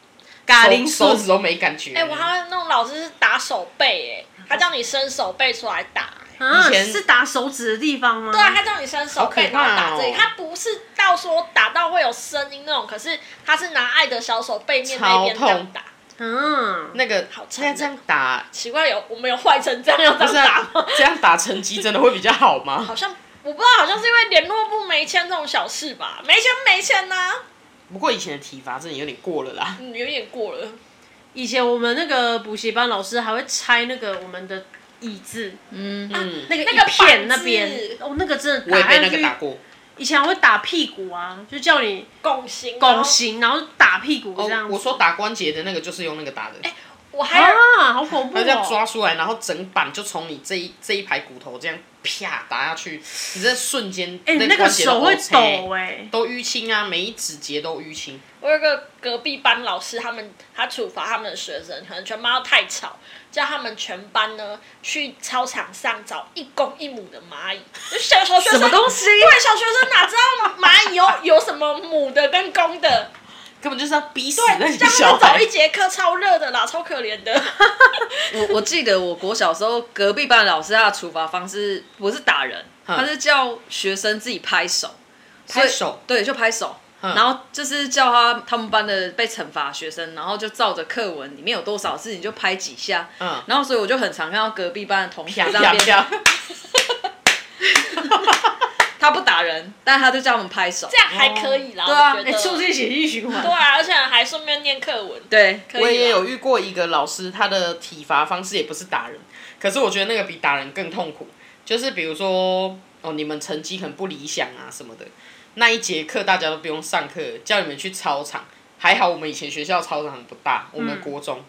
S2: 嘎
S4: 手
S2: 铃
S4: 手
S2: 树
S4: 指都没感觉。
S3: 哎、我还有那种老师是打手背、哎，他叫你伸手背出来打、哎
S2: 啊，
S4: 以前
S2: 是打手指的地方吗？
S3: 对啊，他叫你伸手背，
S4: 好可
S3: 然
S4: 怕
S3: 后打这里，
S4: 哦
S3: 他不是到说打到会有声音那种，可是他是拿爱的小手背面那一边这
S4: 超痛
S3: 样打，
S2: 嗯，
S4: 那个
S3: 好
S4: 现在
S3: 残
S4: 这样打，
S3: 奇怪有我们有坏成这样要
S4: 不
S3: 这
S4: 是
S3: 样打
S4: 啊
S3: 吗？
S4: 这样打成绩真的会比较好
S3: 好
S4: 吗？
S3: 像我不知道，好像是因为联络部没签这种小事吧，没签没签呐、
S4: 不过以前的体罚真的有点过了啦。
S3: 嗯，有点过 了。
S2: 以前我们那个补习班老师还会拆那个我们的椅子，
S1: 嗯，
S4: 嗯，
S2: 那个
S3: 那个
S2: 一片
S3: 板
S2: 那
S3: 子
S2: 边，哦，那个真的
S4: 我也
S2: 打
S4: 被
S2: 下
S4: 那
S2: 去
S4: 个，打过。
S2: 以前还会打屁股啊，就叫你
S3: 拱形，
S2: 拱。形，然后打屁股
S4: 哦
S2: 这样，子。
S4: 我说打关节的那个就是用那个打
S3: 哎
S4: 的。
S3: 我还有
S2: 啊，好恐怖
S4: 他这样
S2: 哦！
S4: 抓出来，然后整板就从你这一这一排骨头这样啪打下去，你这瞬间
S2: 哎，你那个
S4: 关节
S2: 手
S4: 都
S2: 会
S4: OK
S2: 抖，哎，
S4: 都淤青啊，每一指节都淤青。
S3: 我有个隔壁班老师，他们他处罚他们的学生，可能全班都太吵，叫他们全班呢去操场上找一公一母的蚂蚁。 就小小学
S1: 什
S3: 生
S1: 么东西？
S3: 对，小学生哪知道蚂蚁有有 什么母的跟公的？
S4: 根本就是要逼死那
S3: 对，
S4: 个
S3: 叫他
S4: 小
S3: 们早
S4: 孩
S3: 一。节课超热的啦，超可怜 的。
S1: 我我记得我国小时候隔壁班的老师他的处罚方式不是打人，
S4: 嗯
S1: 他是叫学生自己拍手，所以
S4: 拍手
S1: 对，就拍手。
S4: 嗯
S1: 然后就是叫他他们班的被惩罚学生，然后就照着课文里面有多少字你就拍几下，
S4: 嗯，
S1: 然后所以我就很常看到隔壁班的同学
S4: 啪
S1: 在那
S4: 啪
S1: 边，
S4: 啪，
S1: 他不打人，但他就叫我们拍手
S3: 这，样还可以啦，
S1: 对啊
S3: 我觉
S2: 哎，
S3: 得。
S2: 促进血液循
S3: 嗯对
S2: 环。
S3: 啊，而且还顺便念课文。
S1: 对，
S3: 可以
S4: 我
S3: 啦
S4: 也有遇过一个老师，他的体罚方式也不是打人，可是我觉得那个比打人更痛苦。就是比如说，哦，你们成绩很不理想啊什么的，那一节课大家都不用上课，叫你们去操场。还好我们以前学校操场不大，我
S3: 嗯
S4: 们国中，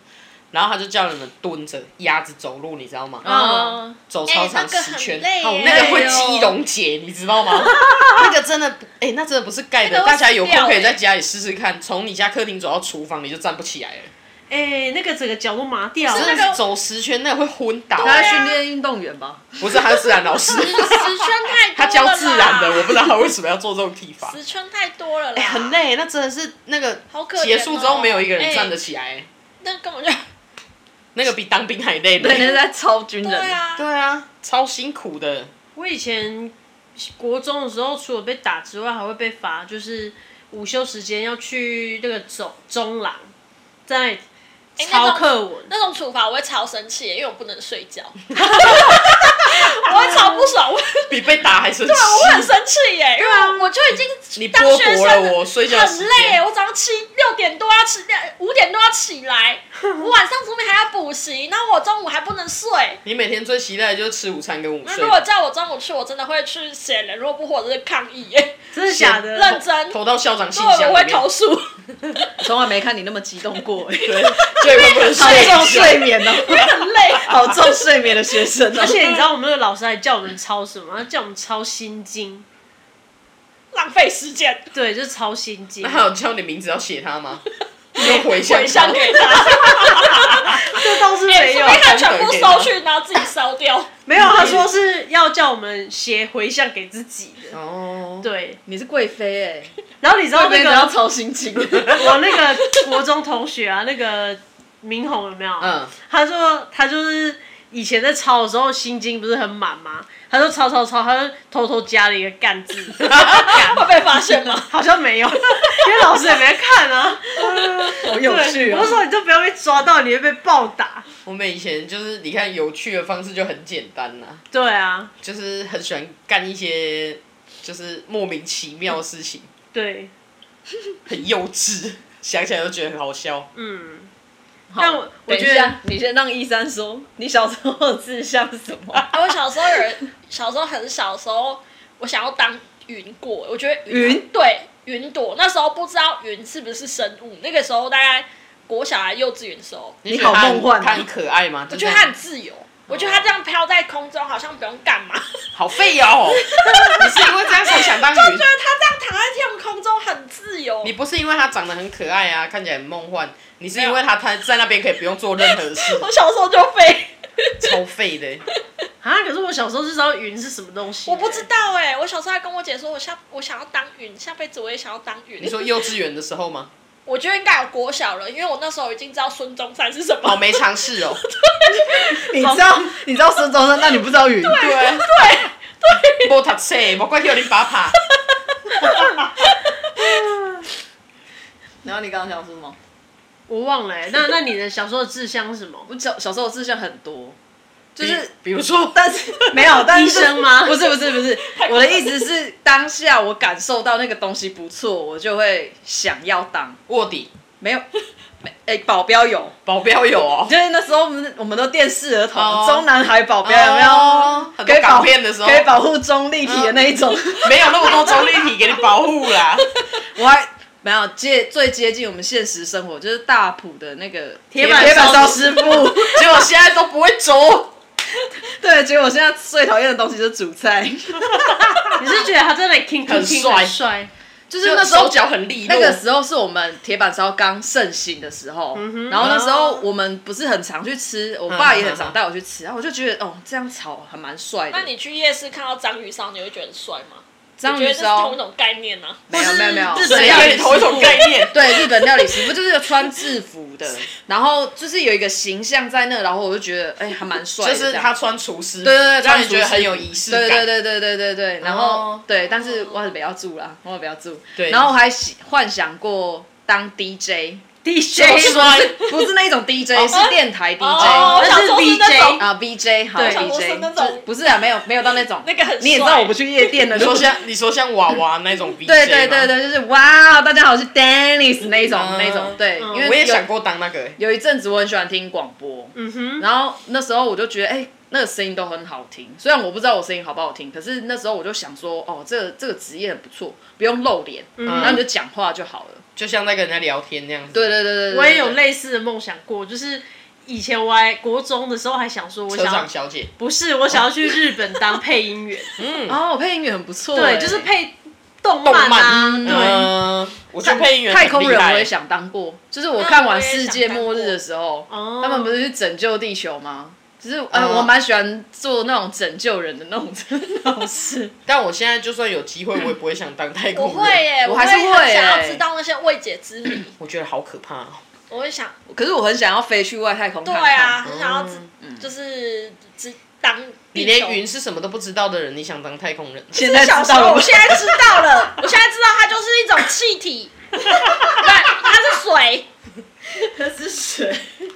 S4: 然后他就叫你们蹲着鸭子走路，你知道吗？
S3: 嗯
S2: 哦，
S4: 走操场十圈，
S3: 哎那个
S4: 哦
S3: 很，累耶
S4: 那个会肌溶解，你知道吗？ 那个真的不，哎、那真的不是盖的。
S3: 那个会
S4: 大家有空
S3: 死掉
S4: 可以
S3: 耶
S4: 在家里试试看，从你家客厅走到厨房，你就站不起来了。
S2: 哎，那个整个脚都麻掉
S4: 真
S2: 了。
S4: 的是走十圈，那会昏倒。
S3: 啊
S1: 他在训练运动员吧，
S4: 不是，他是自然老 师，
S3: 十圈太多了啦
S4: 他教自然的，我不知道他为什么要做这种体罚。
S3: 十圈太多了啦，
S4: 哎、很。累，那真的是那个
S3: 好啊可怜哦哎
S4: 结束之后没有一个人站得起来，
S3: 那根 本就
S4: 那个比当兵还累呢。
S1: 对，那是在超军人
S3: 对
S1: 的，
S3: 啊，
S4: 啊对啊，超辛苦的。
S2: 我以前国中的时候，除了被打之外，还会被罚，就是午休时间要去那个走中廊，在
S3: 哎那
S2: 抄
S3: 种
S2: 课文。
S3: 那种处罚我会超生气，因为我不能睡 觉， 我会超不爽，我
S4: 比被打还生
S3: 啊我很
S4: 气。
S3: 生气耶，因为我就已经
S4: 你
S3: 当学
S4: 剥夺
S3: 生
S4: 了我啊睡觉的时
S3: 很
S4: 间
S3: 累耶，我早上七六点多要起，五点多要起来， 我晚上说明还要补习，那我中午还不能睡。
S4: 你每天最期待的就是吃午餐跟午
S3: 那
S4: 睡
S3: 如，果叫我中午去，我真的会去写联络部或者是抗议 耶，
S2: 真的假的？
S3: 认真，
S4: 投到校长信
S3: 所以
S4: 箱
S3: 我
S4: 里
S3: 会
S4: 面。
S3: 投诉。
S1: 从来没看你那么激动过，哎
S4: 对，所以会不能
S1: 好
S4: 睡
S1: 重
S4: 觉。
S1: 睡眠哦，很累， 好重睡眠的学生哦，
S2: 而且你知道我们那个老师还叫我们抄什么？他叫我们抄《心经
S3: 浪费时间，》，
S2: 对，就是抄《心经
S4: 那》。
S3: 嗯
S4: 还有叫你名字要写他吗？没回想
S3: 回向给他，
S2: 这倒是 没有啊
S3: 因为哎他全部收去，然后自己烧 掉。
S2: 没有，他说是要叫我们写回向给自己的。
S4: 哦，
S2: 对，
S1: 你是贵妃哎，
S2: 然后你知道
S1: 那
S2: 那
S1: 边都要
S2: 个
S1: 操心情，
S2: 我那个国中同学啊，那个明宏有没有？
S4: 嗯，
S2: 他说他就是以前在抄的时候，心经不是很满吗？他就抄抄抄，他就偷偷加了一个干字，干
S3: 会被发现吗？
S2: 好像没有，因为老师也没看啊。
S1: 好有趣
S2: 对
S3: 啊
S1: 哦
S2: 我。说你就不要被抓到，你会被暴打。
S4: 我们以前就是你看有趣的方式就很简单啦、
S2: 对啊，
S4: 就是很喜欢干一些就是莫名其妙的事情，
S2: 对，
S4: 很幼稚，想起来都觉得很好笑。
S2: 嗯，
S1: 好
S2: 但我我
S1: 等一
S2: 觉得
S1: 下你先让一三说，你小时候的志向是什么？
S3: 啊我小时候有人小时候很小的时候，我想要当云果，我觉得
S1: 云
S3: 对云朵，那时候不知道云是不是生物，那个时候大概国小还幼稚园的时候，
S1: 你好梦幻啊
S4: 他很可爱吗？
S3: 我
S4: 我
S3: 觉得它很自由。我觉得它这样飘在空中，好像不用干嘛。
S4: 好废哦。 你是因为这样才想当云
S3: 觉？得它这样躺在天空中很自由。
S4: 你不是因为它长得很可爱啊，看起来很梦幻，你是因为它它在那边可以不用做任何事，
S3: 我小时候就 飞，
S4: 超废的欸。
S2: 啊！可是我小时候就知道云是什么东西，
S3: 我不知。道哎、我小时候还跟我姐说，我下我想要当云，下辈子我也想要当云。
S4: 你说幼稚园的时候吗？
S3: 我觉得应该有国小了，因为我那时候已经知道孙中山是什么。
S4: 好没尝试哦。
S1: 你知道你知道孙中山，但你不知道云。
S4: 对对对，无读册，无怪叫你爸爸。
S1: 然后你刚刚想说什么？
S2: 我忘了欸、那那你的小时候的志向是什 么？
S1: 我小小时候志向很多，就是
S4: 比比如说，
S1: 但是没有，但是
S2: 医生吗
S1: 不是不是不是，我的意思是当下我感受到那个东西不错，我就会想要当。
S4: 卧底
S1: 没有，没哎、保镖有，
S4: 保镖有哦。
S1: 就是那时候我们我们都电视儿童，
S4: 哦
S1: 中南海保镖有没有？
S4: 哦很
S1: 可
S4: 多
S1: 以保
S4: 港片的时候
S1: 可以保护中立体的那一种。
S4: 没有那么多中立体给你保护 啦。
S1: 我还没有接最接近我们现实生活，就是大埔的那个铁
S4: 板
S1: 铁板烧
S4: 烧
S1: 师傅。
S4: 结果现在都不会走，
S1: 对，结果我现在最讨厌的东西就是煮菜，
S2: 你是觉得他真的 king
S4: 很
S2: king
S4: 帅
S2: 很帅？
S1: 就是那时候
S4: 手脚很利落。
S1: 那个时候是我们铁板烧刚盛行的时候，然后那时候我们不是很常去吃，我爸也很常带我去吃，然后我就觉得哦，这样炒还蛮帅的。
S3: 那你去夜市看到章鱼烧，你会觉得很帅吗？
S1: 章
S3: 我觉
S1: 鱼
S3: 得这是同一
S1: 烧
S3: 种概念啊呢、
S1: 没有没有没有，
S2: 日
S4: 谁
S2: 本
S4: 跟你同一种概念？
S1: 对日本料理师傅就是有穿制服的，然后就是有一个形象在那，然后我就觉得哎、还蛮帅的
S4: 就
S1: 这样，
S4: 是他穿厨师，
S1: 对对对，
S4: 让
S1: 穿
S4: 你觉得
S1: 厨师
S4: 很有仪式感。
S1: 对对对对对对对，然后、
S4: 哦
S1: 对，但是我也不要住啦，我也不要住。
S4: 对
S1: 然后我还喜幻想过当 DJ。DJ
S4: 就帅
S1: 不是那种 DJ，是电台 DJ，
S3: 哦，我
S1: 那
S3: 想说是那种
S1: 啊 BJ 好
S2: 对
S1: DJ，
S2: 想
S3: 说是那种
S1: 就是不是啊，没有没有到那种，
S3: 那个很帅
S1: 你也知道我不去夜店的，
S4: 你 说
S1: 就是
S4: 像你说像娃娃那种 VJ
S1: 对对对
S4: 吗，
S1: 对，就是哇，大家好，我是 Dennis 那一种
S4: 嗯
S1: 那一种，对，因为
S4: 我也
S1: 有
S4: 想过当那个欸。
S1: 有一阵子我很喜欢听广播，
S2: 嗯哼，
S1: 然后那时候我就觉得，哎、那个声音都很好听。虽然我不知道我声音好不好听，可是那时候我就想说，哦，这个这个职业很不错，不用露脸，
S4: 嗯
S1: 然后你就讲话就好了。
S4: 就像在跟人家聊天那样子。
S1: 嗯对对对对对，
S2: 我也有
S1: 泪。
S2: 类似的梦想过，就是以前我还国中的时候还想说，我
S4: 车
S2: 想
S4: 长
S2: 要
S4: 小姐，
S2: 不是我想要去日本当配音 员，
S1: 哦，配音员很不错、
S2: 对，
S1: 哎
S2: 就是配动
S4: 动
S2: 漫啊，
S4: 漫，
S2: 对。
S4: 嗯，我觉得配音员
S1: 太空人，我也
S4: 想，
S1: 想当过。就是我
S3: 嗯
S1: 看完
S3: 我也想
S1: 世界末日的时候，
S3: 嗯
S2: 当过哦
S1: 他们不是去拯救地球吗？就是哎、
S4: 嗯
S1: 我蛮喜欢做那种拯救人的那种 那种事。
S4: 但我现在就算有机会，我也不会想当太
S3: 我
S4: 空人。
S3: 会耶，
S1: 我还是
S3: 会很
S1: 会耶
S3: 想要知道那些未解之 谜。
S4: 我觉得好可怕哦。
S3: 我会想，
S1: 可是我很想要飞去外太空看
S3: 对
S1: 看。
S3: 啊，很想要知
S4: 嗯，
S3: 就是知当
S4: 你
S3: 地
S4: 连
S3: 球
S4: 云是什么都不知道的人，你想当太空人？
S1: 现
S3: 这
S1: 在
S3: 是小
S1: 知
S3: 时
S1: 道
S3: 候，
S1: 了
S3: 我
S1: 吗？
S3: 现在知道 了，我现在知道它就是一种气体， 对，它是水，
S1: 那是谁？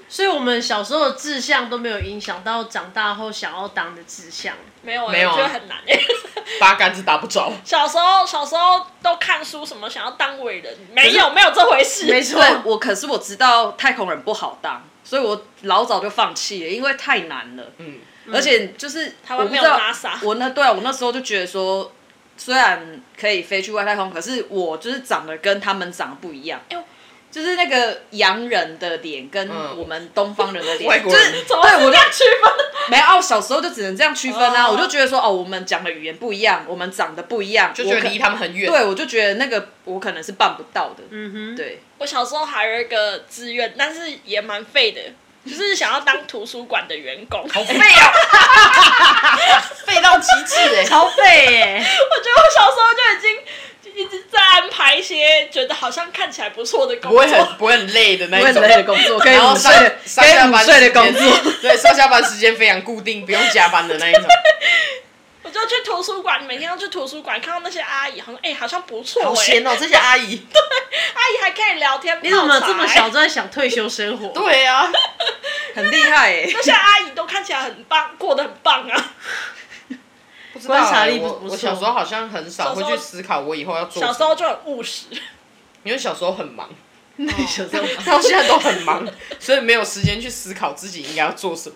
S2: 所以我们小时候的志向都没有影响到长大后想要当的志向。
S3: 没有耶，欸
S4: 没有啊
S3: 我觉得很难耶。
S4: 八竿子打不着。
S3: 小时候，小时候都看书什么，想要当伟人，没有，没有这回事，
S2: 没 错，
S1: 对，我可是我知道太空人不好当，所以我老早就放弃了，因为太难了。
S4: 嗯，
S1: 而且就是
S3: 台
S1: 我
S3: 湾
S1: 不
S3: 没
S1: 知
S3: 有
S1: 道
S3: NASA
S1: 我那对啊，我那时候就觉得说，虽然可以飞去外太空，可是我就是长得跟他们长得不一样
S3: 哎呦。
S1: 就是那个洋人的脸跟
S4: 嗯
S1: 我们东方人的脸，
S4: 外国
S1: 就是
S4: 人
S3: 怎么
S1: 对我就
S3: 要区分？
S1: 没有啊，我小时候就只能这样区分啊。
S3: 哦
S1: 我就觉得说，哦，我们讲的语言不一样，我们长得不一样，
S4: 就觉
S1: 我可
S4: 得离他们很远。
S1: 对，我就觉得那个我可能是办不到的。
S2: 嗯哼，
S1: 对，
S3: 我小时候还有一个志愿，但是也蛮废的，就是想要当图书馆的员工。我觉
S4: 好废啊！ 废到极致哎！
S2: 超废耶、
S3: 得 我小时候就已经就一直在安排一些觉得好像看起来不错的工
S4: 不会
S3: 作，
S4: 很不会很累的那
S1: 不会很
S4: 一种。
S1: 累的工作，可以
S4: 然后
S1: 午
S4: 上
S1: 睡的，
S4: 上
S1: 可
S4: 下
S1: 以午
S4: 班
S1: 睡的工
S4: 时间
S1: 作。，
S4: 对，上下班时间非常固定，不用加班的那一种。
S3: 我就去图书馆，每天要去图书馆，看到那些阿姨，好像哎、好像不错
S4: 好
S3: 哎、
S4: 闲哦，这些阿姨。
S3: 阿姨还可以聊天，
S2: 你怎么
S3: 泡茶
S2: 这么小
S3: 欸
S2: 就在想退休生活？
S4: 对啊，
S1: 很厉害哎、
S3: 那些阿姨都看起来很棒，过得很棒啊。
S4: 不知道
S2: 观察
S4: 欸
S2: 力不
S4: 我
S2: 不
S4: 我
S2: 错
S4: 小时候好像很少会去思考我以后要做
S3: 小
S4: 什
S3: 时
S4: 么，
S3: 候就很务实，
S4: 因为小时候很忙，
S1: 那你小时候
S4: 到现在都很忙，所以没有时间去思考自己应该要做什么。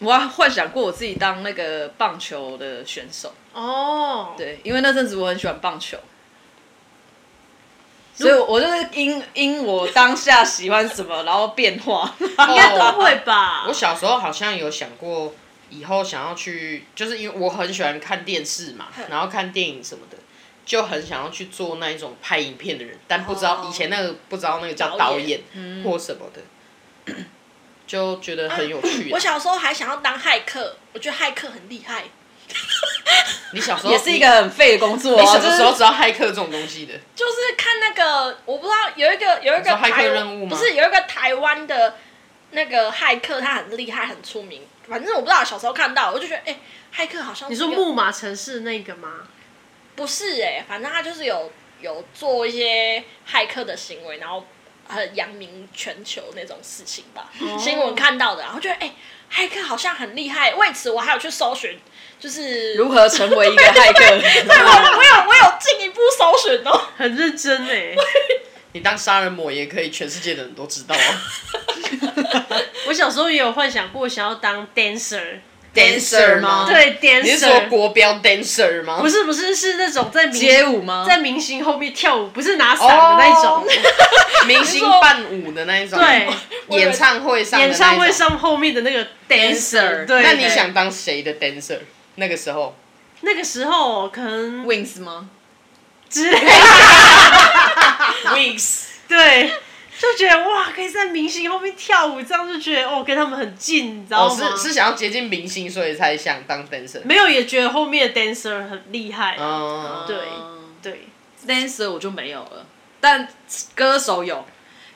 S1: 我还幻想过我自己当那个棒球的选手，
S2: 哦，
S1: 对，因为那阵子我很喜欢棒球，所以我就是因因我当下喜欢什么，然后变化。
S4: 应
S2: 应该都会吧
S4: 我。小时候好像有想过，以后想要去，就是因为我很喜欢看电视嘛，然后看电影什么的，就很想要去做那一种拍影片的人，但不知道、
S3: 哦
S4: 以前那个不知道那个叫
S3: 导
S4: 导
S3: 演
S4: 演或什么的，就觉得很有趣啊、
S3: 我小时候还想要当骇客，我觉得骇客很厉害。
S4: 你小时候
S1: 也是一个很废的工作、啊。
S4: 你什
S1: 就
S4: 么
S1: 是
S4: 时候知道骇客这种东西的？
S3: 就是看那个，我不知道有一个有一个
S4: 你说骇客
S3: 台
S4: 任务吗
S3: 不是有一个台湾的那个骇客，他很厉害，很出名。反正我不知道，小时候看到我就觉得，哎、骇客好像
S2: 你
S3: 是
S2: 说
S3: 一个
S2: 木马城市那个吗？
S3: 不是哎、反正他就是有有做一些骇客的行为，然后很扬名全球那种事情吧。
S2: 哦
S3: 新闻看到的，然后觉得哎、骇客好像很厉害。为此，我还有去搜寻，就是
S1: 如何成为一个骇 客？
S3: 对我我有我有进一步搜寻哦。
S2: 很认真 哎，
S4: 你当杀人魔也可以，全世界的人都知道啊。
S2: 我小时候也有幻想过想要当 dancer，
S4: Dancer 吗
S2: 对
S4: 啊你是说
S2: dancer，
S4: 国标 dancer 吗？
S2: 不是不是是那种在明
S1: 街舞吗
S2: 在明星后面跳舞，不是拿伞的啊那种
S4: 哦， 明星伴舞的那一种，
S2: 对，
S4: 演唱会上的那
S2: 演
S4: 一种
S2: 唱会上后面的那个 dancer，对，
S4: 那你想当谁的 dancer？那个时候，
S2: 那个时候可能
S1: Wings 吗？
S2: 之类的，
S4: Wings，
S2: 对，就觉得哇，可以在明星后面跳舞，这样就觉得哦，跟他们很近，你知道
S4: 我
S2: 吗？
S4: 哦是是想要接近明星，所以才想当 dancer。
S2: 没有也觉得后面的 dancer 很厉害，
S4: 嗯，
S2: 对
S1: 嗯
S2: 对，
S1: dancer 我就没有了，但歌手有。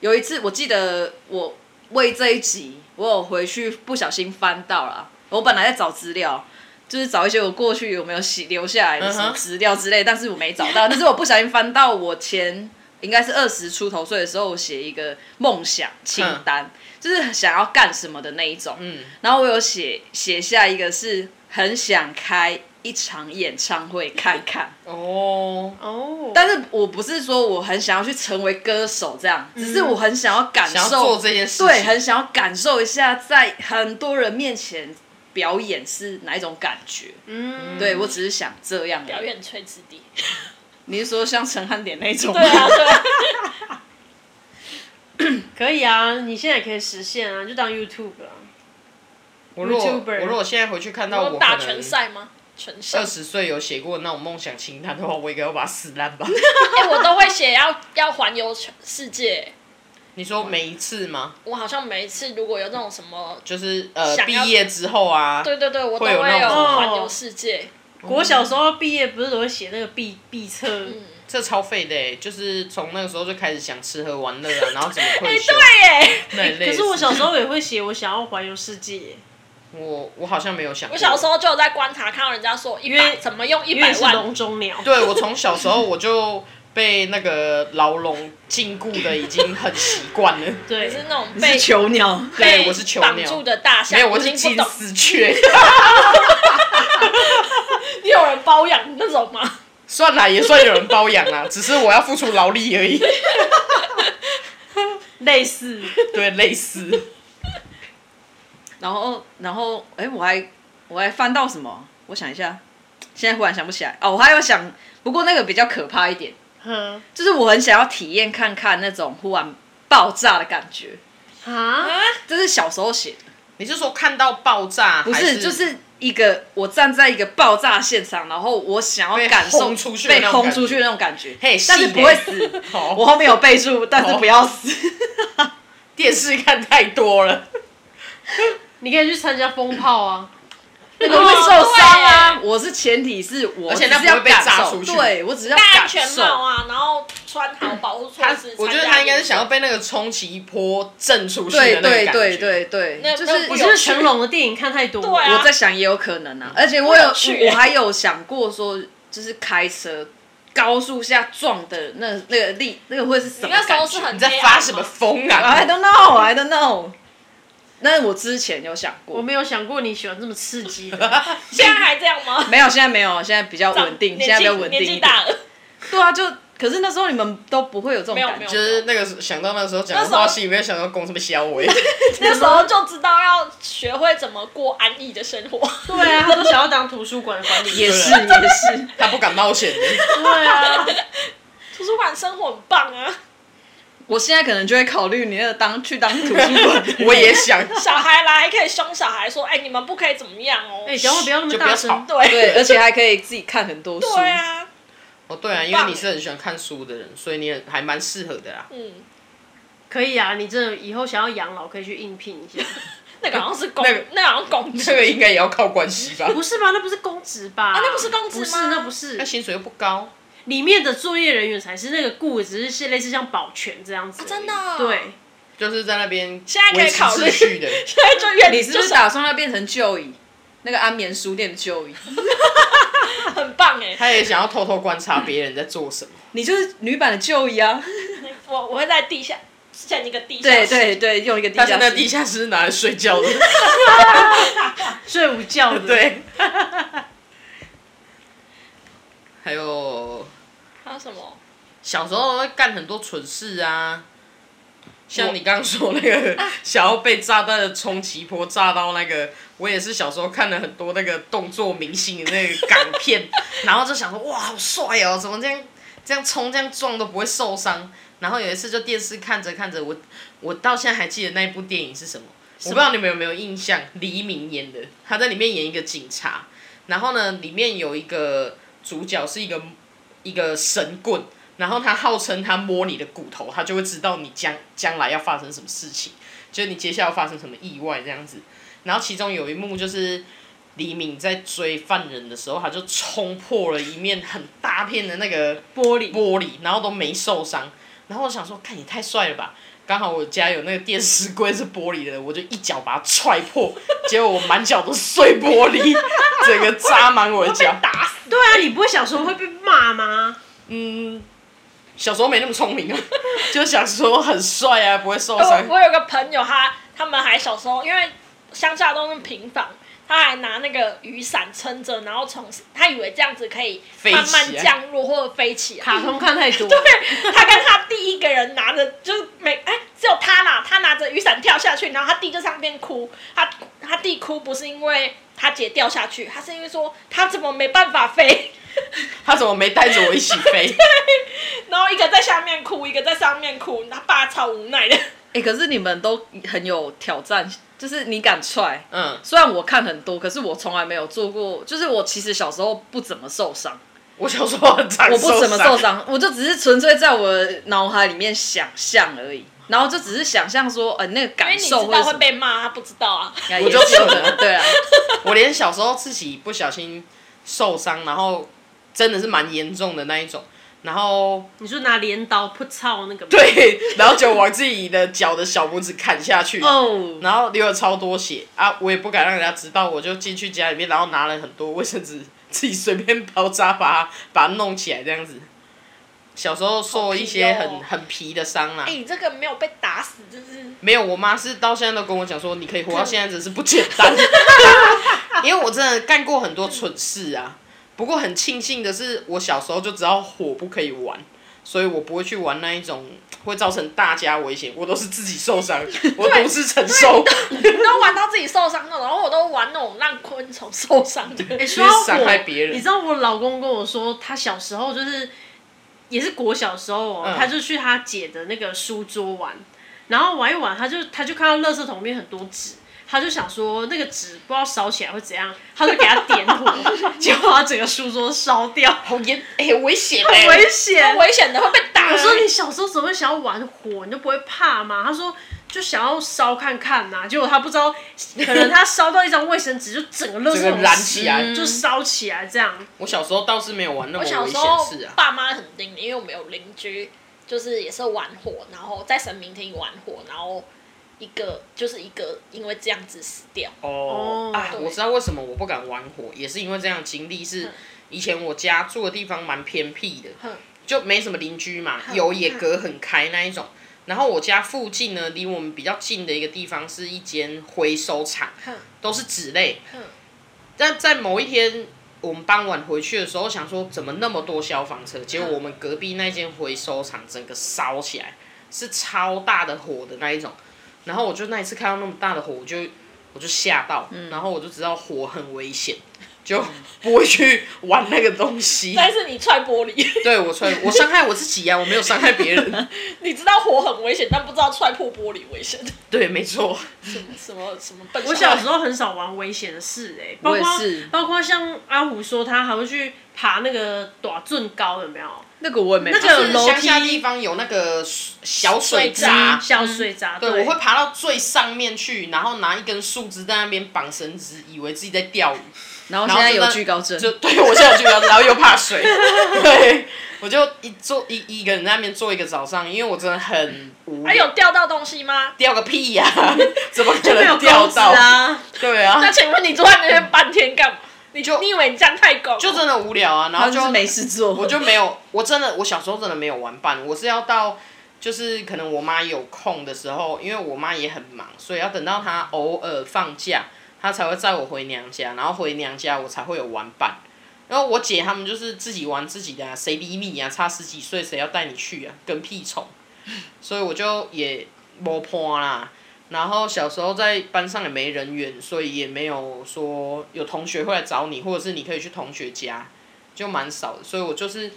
S1: 有一次我记得我为这一集，我有回去不小心翻到了，我本来在找资料。就是找一些我过去有没有写留下来的什么
S4: 嗯哼
S1: 资料之类但是我没找到。但是我不小心翻到我前应该是二十出头岁的时候，我写一个梦想清单，就是想要干什么的那一种。
S4: 嗯，
S1: 然后我有写写下一个是很想开一场演唱 会看看，
S4: 哦，
S2: 哦，
S1: 但是我不是说我很想要去成为歌手这样，只是我很想要感
S4: 嗯想要做
S1: 受，
S4: 这件事情，
S1: 对，很想要感受一下在很多人面前表演是哪一种感觉。
S2: 嗯，
S1: 对我只是想这样而已
S3: 表。演垂直地，
S1: 你是说像陈汉典那种吗？
S3: 对啊，对啊。
S2: 可以啊，你现在也可以实现啊，就当 YouTube 啊。
S4: 我如果
S2: YouTuber
S4: 我如果现在回去看到我
S3: 我打
S4: 可能
S3: 拳赛 吗？拳赛
S4: 二，十岁有写过那种梦想清单的话，我应该要把它撕烂 吧？
S3: 哎、我都会写要要环游全世界。
S4: 你说每一次吗？
S3: 我好像每一次如果有那种什么，
S4: 就是呃，
S3: 想
S4: 毕
S3: 要
S4: 业之后啊，
S3: 对对对，我都
S4: 会有
S3: 会
S4: 那
S3: 有
S4: 种哦
S3: 环游世界。
S2: 我小时候毕业不是都会写那个毕毕册，
S4: 这超废的欸，就是从那个时候就开始想吃喝玩乐啊，然后怎么退休，
S3: 对耶，
S4: 那很累
S2: 可
S4: 死。
S2: 是我小时候也会写我想要环游世界，
S4: 我我好像没有想过，
S3: 我小时候就有在观察，看到人家说一百
S2: 为
S3: 怎么用一
S2: 因为
S3: 百
S2: 是笼
S3: 万，
S2: 中鸟。
S4: 对我从小时候我就被那个牢笼禁锢的已经很习惯了。
S3: 也
S2: 对，
S3: 是那种
S1: 你
S3: 被
S1: 是囚鸟。
S4: 对，
S3: 被
S4: 我是囚
S3: 绑住
S4: 鸟，
S3: 的大象，
S4: 没有，我
S3: 已
S4: 是
S3: 经
S4: 金
S3: 不懂
S4: 丝雀。
S3: 你有人包养那种吗？
S4: 算啦，也算有人包养啦， 只是我要付出劳力而已。
S2: 类 似，
S4: 对，类似。
S1: 然后，然后，哎、我还我还翻到什么？我想一下，现在忽然想不起来哦。我还有想，不过那个比较可怕一点，
S2: 哼
S1: 就是我很想要体验看看那种忽然爆炸的感觉。
S2: 啊，
S1: 这是小时候写的，
S4: 你是说看到爆炸？
S1: 不
S4: 还
S1: 是，
S4: 是
S1: 就是一个我站在一个爆炸现场，然后我想要
S4: 被
S1: 感受
S4: 轰出去的
S1: 被
S4: 那种
S1: 轰
S4: 感觉
S1: 出去的那种感觉，
S4: 嘿，
S1: 但是
S4: 戏
S1: 不会
S4: 欸
S1: 死。
S4: 好
S1: 我后面有备注，但是
S4: 哦
S1: 不要死。
S4: 电视看太多了。
S2: 你可以去参加风炮啊，
S1: 那个会受伤
S3: 哦
S1: 啊！我是前提是我，
S4: 而且那
S1: 只是要
S4: 不会被炸
S1: 感受
S4: 出去
S1: 对我只是要
S3: 戴
S1: 感
S3: 安全
S1: 受。
S3: 帽啊，然后穿好保护措
S4: 他
S3: 施。，
S4: 我觉得他应该是想要被那个冲击波震出去
S1: 对
S4: 的那个
S1: 对
S4: 感觉。
S1: 对对对，
S3: 那
S1: 就
S3: 那
S1: 是
S3: 不
S2: 我
S3: 有
S2: 觉得成龙的电影看太多了。
S3: 对啊
S1: 我在想也有可能啊，而且我
S3: 我
S1: 有
S3: 有去
S1: 我还有想过说，就是开车高速下撞的那那个力，那个会是什么
S3: 你那时候
S1: 感
S3: 是
S1: 觉
S3: 很
S4: 你在发什么疯啊？
S3: 哎
S1: ？I don't know, I don't know。那我之前有想
S2: 我
S1: 过，
S2: 没有想过你喜欢这么刺激的，
S3: 现在还这样吗？
S1: 没有，现在没有，现在比较稳定，
S3: 年纪
S1: 现在比较稳定
S3: 年
S1: 一
S3: 纪
S1: 点。
S3: 大了，
S1: 对啊，就可可是那时候你们都不会有这种
S3: 没有
S1: 感
S3: 没
S1: 觉
S3: 有，
S4: 就是那个时候想到那时候讲
S3: 那
S4: 的
S3: 时候
S4: 话，心里面想到公司被削我。
S3: 那时候就知道要学会怎么过安逸的生活。
S2: 对啊，他都想要当图书馆管理员。
S1: 也是也是，
S4: 他不敢冒险 的。
S2: 对 啊，
S3: 图书馆生活很棒啊，
S1: 我现在可能就会考虑你那个当去当图书 馆。
S4: 我也想，
S3: 小孩来还可以凶小孩说：“哎、你们不可以怎么样哦。
S2: 哎，讲话不要那么
S4: 就不要
S2: 大
S4: 吵
S2: 声。
S3: 对
S1: 对，而且还可以自己看很多书。
S3: 对啊，
S4: 哦，对啊，因为
S3: 棒
S4: 你是很喜欢看书的人，所以你很还蛮适合的啊啦。
S3: 嗯，
S2: 可以啊，你真的以后想要养老可以去应聘一下。
S3: 那个好像是公，
S4: 那
S3: 那
S4: 个
S3: 个、好像公
S4: 这
S3: 职，
S4: 个应该也要靠关系吧？
S2: 不是吧？那不是公职吧？啊
S3: 那不是公职
S2: 不
S3: 吗
S2: 是，那不是
S4: 那。薪水又不高，
S2: 里面的作业人员才是那个雇，只是类似像保全这样子而已。
S3: 真的哦
S2: 对，
S4: 就是在那边
S3: 现在可以考虑
S4: 维持秩序的。
S3: 现在就越
S1: 你是不
S3: 就是
S1: 打算要变成旧椅？那个安眠书店的旧椅，
S3: 很棒哎、
S4: 他也想要偷偷观察别人在 做什么。
S1: 你就是女版的旧椅啊！
S3: 我我会在地下建一个地下
S1: 对
S3: 室，
S1: 对对，用一个地
S4: 但是
S1: 下
S4: 那
S1: 室。
S4: 地下室是拿来睡 觉的，
S2: 睡午觉的。，
S4: 对。还有
S3: 还有什么？
S4: 小时候会干很多蠢事啊，像你刚刚说那 个想要被炸弹的冲击波炸到那个，我也是小时候看了很多那个动作明星的那个港 片，然后就想说哇好帅哦，怎么这样这样冲这样撞都不会受伤。然后有一次就电视看着看着，我我到现在还记得那一部电影是什么，我不知道你们有没有印象，黎明演的，他在里面演一个警察，然后呢里面有一个主角是一个一个神棍，然后他号称他摸你的骨头，他就会知道你将将来要发生什么事情，就是你接下来要发生什么意外这样子。然后其中有一幕就是李敏在追犯人的时候，他就冲破了一面很大片的那个
S2: 玻璃。
S4: 玻璃，然后都没受伤。然后我想说，看也太帅了吧！刚好我家有那个电视柜是玻璃的，我就一脚把它踹破，结果我满脚都碎玻璃，整个扎满我的脚。
S3: 打 死
S2: 对啊，你不会想说会被骂吗？
S4: 嗯，小时候没那么聪明啊， 就想说很帅啊，不会受伤
S3: 哦我。我有个朋友他，他们还小时候，因为乡下都是平房，他还拿那个雨伞撑着，然后从他以为这样子可以
S4: 飞
S3: 慢
S4: 起
S3: 慢
S4: 来
S3: 降落或者飞起来。
S2: 卡通看太 多。
S3: 对， 他跟他弟一个人拿着，就是每哎、只有他啦，他拿着雨伞跳下去，然后他弟就在上面哭，他他弟哭不是因为他姐掉下去，他是因为说他怎么没办法飞，
S4: 他怎么没带着我一起飞？
S3: 然后一个在下面哭，一个在上面哭，他爸超无 奈的。
S1: 哎、可是你们都很有挑战，就是你敢踹。
S4: 嗯，
S1: 虽然我看很多，可是我从来没有做过。就是我其实小时候不怎么受伤，
S4: 我小时候很常
S1: 我不怎么受
S4: 啊伤，
S1: 伤，我就只是纯粹在我的脑海里面想象而已，然后就只是想象说，呃，那个
S3: 因为
S1: 感
S3: 你知
S1: 受
S3: 道
S1: 什
S3: 会
S1: 么？
S3: 被骂，他不知道啊。
S1: 应 该也
S4: 我就是
S1: 有
S4: 蠢了
S1: 的，对啊，
S4: 我连小时候自己不小心受伤，然后真的是蛮严重的那一种，然后
S2: 你说拿镰刀噗操那个吗？
S4: 对，然后就往自己的脚的小拇指砍下去。
S2: 哦，
S4: 然后流了超多血啊！我也不敢让人家知道，我就进去家里面，然后拿了很多卫生纸，自己随便包扎把它把它弄起来这样子。小时候受一
S3: 好
S4: 些
S3: 皮
S4: 很、
S3: 哦
S4: 很皮的伤啊啦、
S3: 哎、你这个没有被打死，真是
S4: 没有，我妈是到现在都跟我讲说，你可以活到现在真是不简 单，因为我真的干过很多蠢事啊。不过很庆幸的是，我小时候就知道火不可以玩，所以我不会去玩那一种会造成大家危险，我都是自己 受伤，我独自承受。
S3: 你都玩到自己受伤了，然后我都玩那种让昆虫受 伤的。
S2: 哎，说到
S4: 伤害
S2: 我，
S4: 别人
S2: 你知道我老公跟我说，他小时候就是也是国小时候哦，
S4: 嗯
S2: 他就去他姐的那个书桌玩，然后玩一玩，他就他就看到垃圾桶里面很多纸。他就想说那个纸不知道烧起来会怎样，他就给他点 火，结果把整个书桌烧掉，
S4: 好严，哎、危险、欸，
S2: 很危险
S3: 超。危险的会被打。
S2: 我说你小时候怎么会想要玩火？你就不会怕吗？他说就想要烧看看呐、结果他不知道， 可能他烧到一张卫生纸，就整个垃圾
S4: 整个
S2: 桶嗯
S4: 燃起来嗯
S2: 就烧起来这样。
S4: 我小时候倒是没有玩那么
S3: 我小
S4: 危
S3: 时
S4: 险
S3: 候
S4: 事啊。
S3: 爸妈很叮咛，因为我们有邻居就是也是玩火，然后在神明厅玩火，然后一个就是一个因为这样子死掉。
S2: 哦
S4: 哦啊，
S3: 对
S4: 我知道为什么我不敢玩火，也是因为这样的经历是
S3: 嗯，
S4: 以前我家住的地方蛮偏僻的，
S3: 哼，
S4: 就没什么邻居嘛，有也隔很开那一种。然后我家附近呢，离我们比较近的一个地方是一间回收厂
S3: 嗯，
S4: 都是纸类
S3: 嗯。
S4: 但在某一天，我们傍晚回去的时候，想说怎么那么多消防车，结果我们隔壁那间回收厂整个烧起来，是超大的火的那一种。然后我就那一次看到那么大的火，我就我就吓到，然后我就知道火很危险，就不会去玩那个东西。
S3: 但是你踹玻璃，
S4: 对我摔，我伤害我自己呀、我没有伤害别人。
S3: 你知道火很危险，但不知道踹破玻璃危险。
S4: 对，没错。
S3: 什么什么什么笨孩？
S2: 我小时候很少玩危险的事哎、包
S1: 我也
S2: 括
S1: 是
S2: 包括像阿虎说他还会去爬那个短盾高有没有？
S1: 那个我也没
S2: 那个
S1: 看过
S2: 楼
S4: 乡下
S2: 梯
S4: 地方有那个水小水
S3: 水
S4: 闸
S3: 闸，
S2: 小水闸、
S4: 嗯对，我会爬到最上面去，然后拿一根树枝在那边绑绳子，以为自己在钓鱼。
S1: 然后
S4: 然
S1: 现
S4: 后
S1: 在
S4: 就
S1: 有
S4: 在
S1: 惧高症，
S4: 就对我现在有惧高症，然后又怕水，对，我就一坐一一个人在那边坐一个早上，因为我真的很无
S3: 还
S4: 聊。
S3: 有掉到东西吗？
S4: 钓个屁呀、怎么可
S2: 没有
S4: 能钓
S2: 钩子
S4: 到？
S2: 啊，
S4: 对啊
S3: 那，请问你坐在那边半天干嘛？你
S4: 就
S3: 你以为你这样太狗？
S4: 就真的无聊啊，然
S1: 他
S4: 后
S1: 就是
S4: 就
S1: 没事做，
S4: 我就没有，我真的，我小时候真的没有玩伴，我是要到就是可能我妈有空的时候，因为我妈也很忙，所以要等到她偶尔放假，她才会载我回娘家，然后回娘家我才会有玩伴。然后我姐他们就是自己玩自己的、啊，谁理你啊？差十几岁，谁要带你去啊？跟屁虫！所以我就也没伴啦。然后小时候在班上也没人缘，所以也没有说有同学会来找你，或者是你可以去同学家，就蛮少的。所以我就是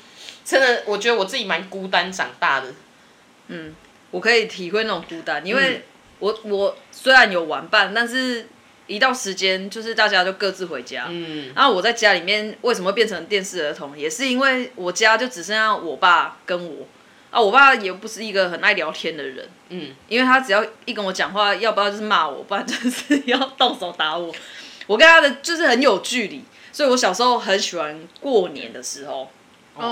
S4: 真的，我觉得我自己蛮孤单长大的。
S1: 嗯我可以体会那种孤单，因
S4: 嗯
S1: 为我我虽然有玩伴，但是一到时间就是大家就各自回家。
S4: 嗯，
S1: 然后啊我在家里面为什么会变成电视儿童，也是因为我家就只剩下我爸跟我啊，我爸也不是一个很爱聊天的人，
S4: 嗯，
S1: 因为他只要一跟我讲话，要不然就是骂我，不然就是 要动手打我。我跟他的就是很有距离，所以我小时候很喜欢过年的时候，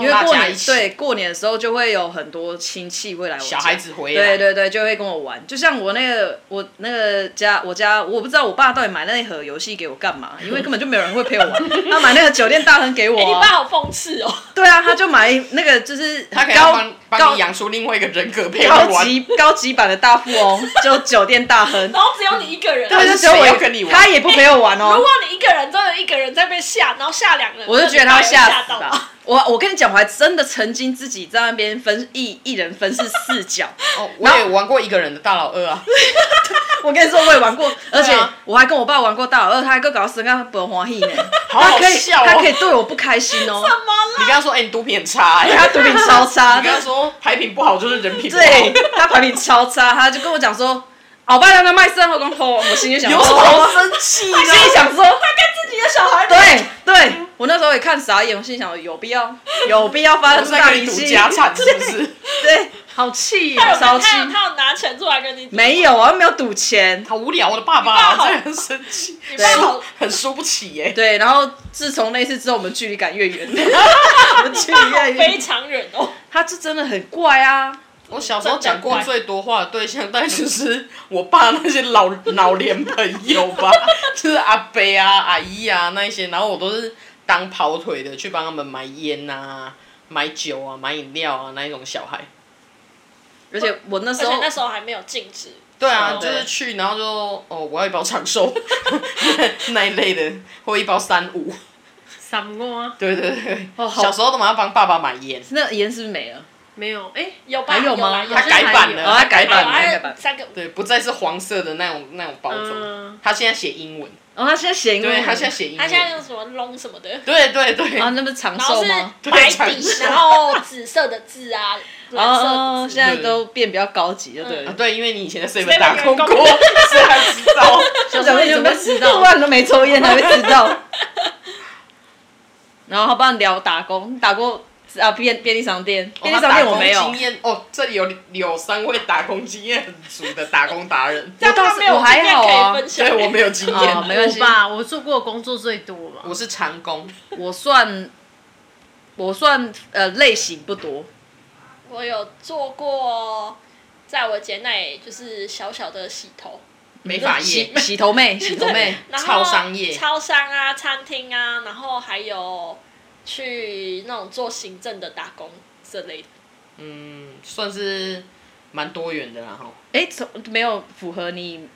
S1: 因为
S4: 大
S1: 过
S4: 家
S1: 年
S4: 一起，
S1: 对过年的时候就会有很多亲戚会来我
S4: 小
S1: 家
S4: 孩子回来，
S1: 对对对，就会跟我玩。就像我那个我那个家我家，我不知道我爸到底买那一盒游戏给我干嘛，因为根本就没有人会陪我玩。他买那个酒店大亨给我、
S3: 哎、 你
S1: 啊，
S3: 爸好讽刺哦！
S1: 对啊，他就买那个就是
S4: 他可能要
S1: 高
S4: 帮帮
S1: 高
S4: 你养出另外一个人格配合
S1: 高
S4: 玩。
S1: 级高级版的大富翁，就酒店大 亨。
S3: 然后只有你一个人，
S4: 对
S1: 他就只有
S4: 谁
S1: 我
S4: 要
S1: 一个
S4: 跟你玩
S1: 他也不陪我玩
S3: 如
S1: 哦
S3: 果。你一个人真的一个人在被吓，然后吓两个人，
S1: 我就觉得他会
S3: 吓
S1: 吓死
S3: 到
S1: 吧。我我跟你讲，我还真的曾经自己在那边分一一人分饰四角，
S4: 哦，我也玩过一个人的大老 二啊。
S1: 我跟你说，我也玩过，而且
S4: 对啊
S1: 我还跟我爸玩过大老二，他还跟搞到身上不欢喜呢，
S4: 好
S1: 他
S4: 好
S1: 可以
S4: 笑哦
S1: 他可以对我不开心 哦，
S4: 你跟他说，哎、你毒品很差、哎，
S1: 他毒品超差
S4: 你，跟他说牌品不好就是人品不好，
S1: 对他排名超差，他就跟我讲说，鳌拜让他卖身后公偷，我心里 想
S4: 有
S1: 说，哦
S4: 什么啊好
S1: 我
S4: 生气
S1: 心里
S4: 的？
S1: 想说，
S3: 他跟自己的小孩
S1: 对对，我那时候也看傻眼，我心里想有必 要有必要发
S4: 我
S1: 这
S4: 是
S1: 么
S4: 在
S1: 大
S4: 跟
S1: 脾
S4: 你赌
S1: 气，
S4: 家产是不是？
S1: 对，
S2: 好气
S3: 他
S2: 哦、
S3: 有
S1: 烧
S3: 他有
S1: 鸡
S3: 他有拿钱出来跟你赌，
S1: 没有啊，又没有赌钱，
S4: 好无聊，我的爸爸、
S3: 你爸好
S4: 真的很生气，
S3: 你爸好
S4: 很输不起欸耶、
S1: 对，然后自从那次之后，我们距离感越 远，我们距离
S3: 他好
S1: 越
S3: 非
S1: 远，
S3: 常人哦。
S1: 他就真的很怪啊。
S4: 我小时候讲过最多话的对象，大概就是我爸那些老老年朋友吧， 就是阿伯啊、阿姨啊那一些，然后我都是当跑腿的去帮他们买烟啊、买酒啊、买饮料啊那一种小孩。
S1: 而且我那
S3: 而
S1: 时
S3: 且
S1: 候
S3: 那时候还没有禁止，
S4: 对啊，
S3: 哦
S4: 就是去，然后就哦，我要一包长寿 那一类的，或一包三五。
S2: 什么啊？
S4: 对对对，
S1: 哦好
S4: 小时候都马上帮爸爸买烟，
S1: 那盐是不是没了？
S2: 没有哎、
S3: 有吧？
S1: 还有
S3: 有
S1: 吗
S3: 啦有
S4: 他
S2: 像
S4: 改版
S2: 还
S4: 了，
S2: 有
S1: 哦他改
S4: 改
S1: 版
S4: 版
S1: 了
S4: 了。
S1: 他改
S3: 哎
S1: 版
S3: 三个
S4: 对，不再是黄色的那种那种包装，
S2: 嗯
S4: 他现在写英文，
S1: 然后他现在写英文，
S4: 对他现在写英文，
S3: 他现在用什么龙什么的，
S4: 对对对，
S3: 哦
S1: 啊，那不是长
S3: 然后
S1: 寿
S3: 是
S1: 吗？
S3: 白
S4: 对
S3: 底，然后紫色的字啊，蓝色
S1: 哦
S3: 的，字。啊
S1: 现在都变比较高级了，对
S4: 啊
S1: 了。
S4: 对，因为你以前在 seven
S3: Seven
S4: 打工
S3: 员
S4: 过，
S3: 工
S4: 所以他 知道。
S1: 小
S2: 时候你怎么知道
S1: 不然都没抽烟，还会知道。然后他帮你聊打工，你打过啊便便利商店，便利商店我没
S4: 哦
S1: 有
S4: 他打工经。验哦，这里有有三位打工经验很足的打工达 人，
S3: 这样
S1: 我倒
S3: 他
S1: 是
S3: 没有
S1: 我还
S3: 经验
S1: 好
S3: 可以
S1: 啊
S3: 分享
S4: 所以我没有经
S1: 哦，没
S4: 验，
S1: 关系
S2: 我，吧，我做过的工作最多吧
S4: 我。是长工，
S1: 我算我算呃类型不多，
S3: 我有做过，在我姐那里就是小小的洗头，
S4: 美发业
S1: 洗，洗头妹，洗头妹，
S3: 然后
S4: 超商业
S3: 超商啊、餐厅啊，然后还有去那种做行政的打工之类的。
S4: 嗯，算是蛮多元的啦哈，
S1: 哎，从没有符合你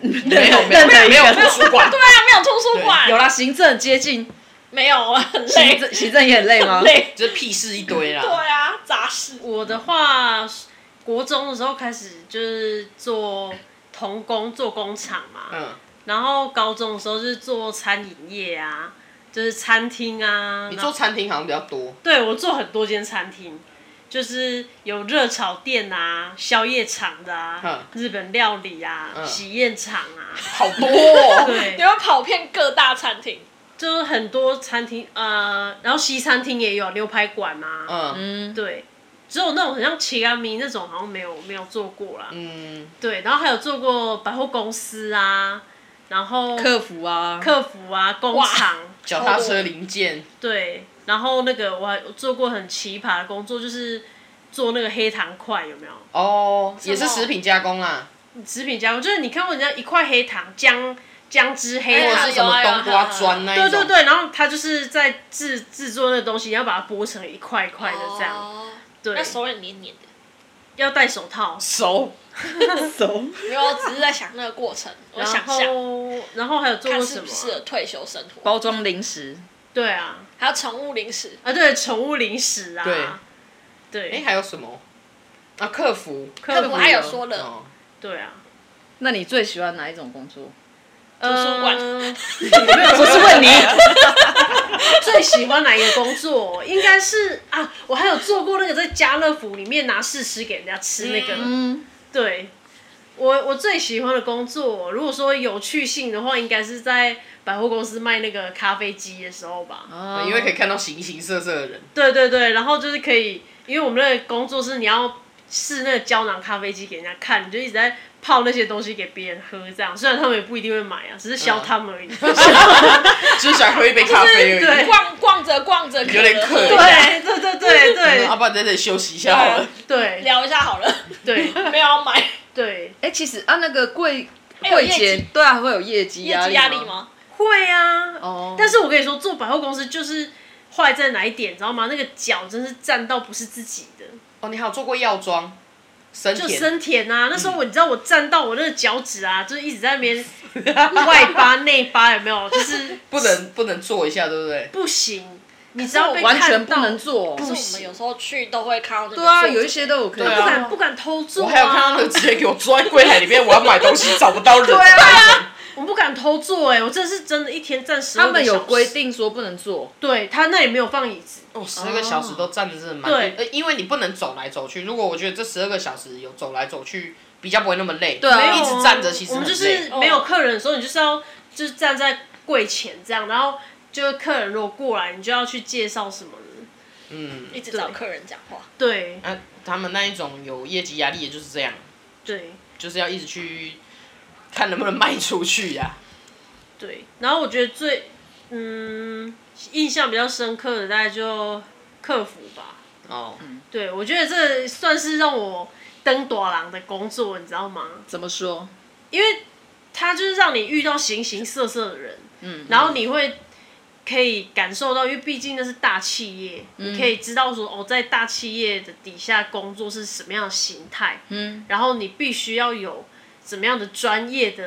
S4: 没有没
S1: 任
S4: 有
S1: 何一个
S4: 没有图书馆，
S3: 对啊，没有图书馆，
S1: 有啦，行政接近，
S3: 没有，很
S1: 行
S3: 累，
S1: 政行政也很累吗？
S3: 累。
S4: 这屁事一堆
S3: 对
S4: 啦。
S3: 啊，杂事。
S2: 我的话，国中的时候开始就是做童工，做工厂嘛。
S4: 嗯，
S2: 然后高中的时候就是做餐饮业啊，就是餐厅啊。
S4: 你
S2: 然后
S4: 做餐厅好像比较 多，
S2: 对我做很多间餐厅，就是有热炒店啊、宵夜场的
S4: 嗯
S2: 啊、日本料理啊、
S4: 嗯
S2: 喜宴场 啊，
S4: 好多哦。
S2: 对
S3: 你，会跑遍各大餐厅，
S2: 就是很多餐厅呃，然后西餐厅也有牛排馆啊，
S4: 嗯
S1: 嗯，
S2: 对。只有那种很像奇安米那种，好像没有没有做过啦。
S4: 嗯，
S2: 对，然后还有做过百货公司啊，然后
S1: 客服啊，
S2: 客服啊，工厂，
S4: 脚踏车零件，
S2: 对，然后那个我还有做过很奇葩的工作，就是做那个黑糖块，有没有？
S4: 哦，也是
S3: 什么
S4: 食品加工啊啦，
S2: 食品加工，就是你看过人家一块黑糖姜姜汁黑
S3: 哎呀
S4: 或者
S2: 糖
S4: 是什么
S3: 有啊有啊
S4: 冬瓜砖那一
S2: 对
S4: 种。
S2: 啊对对，然后他就是在制制作那个东西，你要把它剥成一块一块的这样，
S3: 哦
S2: 对
S3: 那，手也黏黏的。
S2: 要戴手套，
S4: 熟，
S1: 熟，
S3: 没有，我只是在想那个过程，我
S2: 然
S3: 想象
S2: 后然后还有做
S3: 看
S2: 过
S3: 适
S2: 什
S3: 不
S2: 么
S3: 适合
S2: 啊？
S3: 退休生活，
S1: 包装零食，
S2: 对啊，
S3: 还有宠物零食。
S2: 啊对，宠物零食啊，
S4: 对
S2: 对，
S4: 哎，还有什么？啊，客服，
S3: 客服还有说了，
S4: 哦，
S2: 对啊，
S1: 那你最喜欢哪一种工作？
S2: 图
S3: 书馆
S2: 呃没有
S1: 不
S2: 说
S1: 是问你，
S2: 最喜欢哪一个工作？应该是啊，我还有做过那个在家乐福里面拿试吃给人家吃那个。
S1: 嗯，
S2: 对，我我最喜欢的工作，如果说有趣性的话，应该是在百货公司卖那个咖啡机的时候吧。
S1: 哦
S4: 因为可以看到形形色色的人，
S2: 对对对，然后就是可以，因为我们那个工作是你要试那个胶囊咖啡机给人家看，你就一直在泡那些东西给别人喝，这样虽然他们也不一定会买啊，只是消他们而已。
S4: 只是想喝一杯咖啡
S2: 就是
S4: 而已
S2: 对。
S3: 逛逛着逛着，有
S4: 有点渴
S2: 对对对对
S4: 嗯啊，
S2: 对
S4: 不然在这里休息一下好了。
S2: 对
S3: 聊一下好了，
S2: 对
S3: 没有要买，
S2: 对，
S1: 哎、其实啊，那个柜
S3: 哎有
S1: 柜
S3: 业绩
S1: 姐，对啊，会有业绩
S3: 业绩压力？吗？
S2: 会啊，
S1: 哦，
S2: 但是我跟你说，做百货公司就是坏在哪一点，你知道吗？那个脚真是站到不是自己的，
S4: 哦，你还有做过药妆，生
S2: 就
S4: 甜，
S2: 生甜啊。那时候我，你知道我站到我那个脚趾啊，就是一直在那边外八内八，有没有？就是
S4: 不能不能做一下，对不对？
S2: 不啊行，你只要被
S1: 完全
S2: 看
S1: 不
S2: 到，
S1: 能做。
S3: 可是我们有时候去都会看到那个
S1: 对啊，
S3: 作者
S1: 有一些都有可以。
S4: 对
S2: 不
S4: 啊
S2: 敢不敢偷做、
S4: 我
S2: 啊。
S4: 还有看到那个直接给我坐在柜台里面，我要买东西找不到人。对啊，
S2: 我不敢偷做、哎，我真的是真的，一天站十二
S1: 他
S2: 个
S1: 们
S2: 小
S1: 有
S2: 时
S1: 规，定说不能做，啊
S2: 对他那也没有放椅子，
S4: 哦，十二个小时都站着真的蛮
S2: 对
S4: 呃，因为你不能走来走去。如果我觉得这十二个小时有走来走去，比较不会那么累。对
S1: 啊
S2: 没有
S4: 一
S2: 啊
S4: 直站着其实
S2: 我
S4: 很
S2: 们
S4: 累。
S2: 就是没有客人的时候，你就是要就是站在柜前这样，然后就是客人如果过来，你就要去介绍什么的。
S4: 嗯，
S3: 一直找客人讲话，
S2: 对
S4: 啊，他们那一种有业绩压力，也就是这样，
S2: 对
S4: 就是要一直去看能不能卖出去呀、
S2: 对，然后我觉得最嗯印象比较深刻的大概就客服吧。
S4: 哦，
S2: 对，我觉得这算是让我登短廊的工作，你知道吗？
S1: 怎么说？
S2: 因为它就是让你遇到形形色色的人，
S1: 嗯，
S2: 然后你会可以感受到，因为毕竟那是大企业，
S4: 嗯
S2: 你可以知道说哦，在大企业的底下工作是什么样的形态，
S1: 嗯
S2: 然后你必须要有怎么样的专业的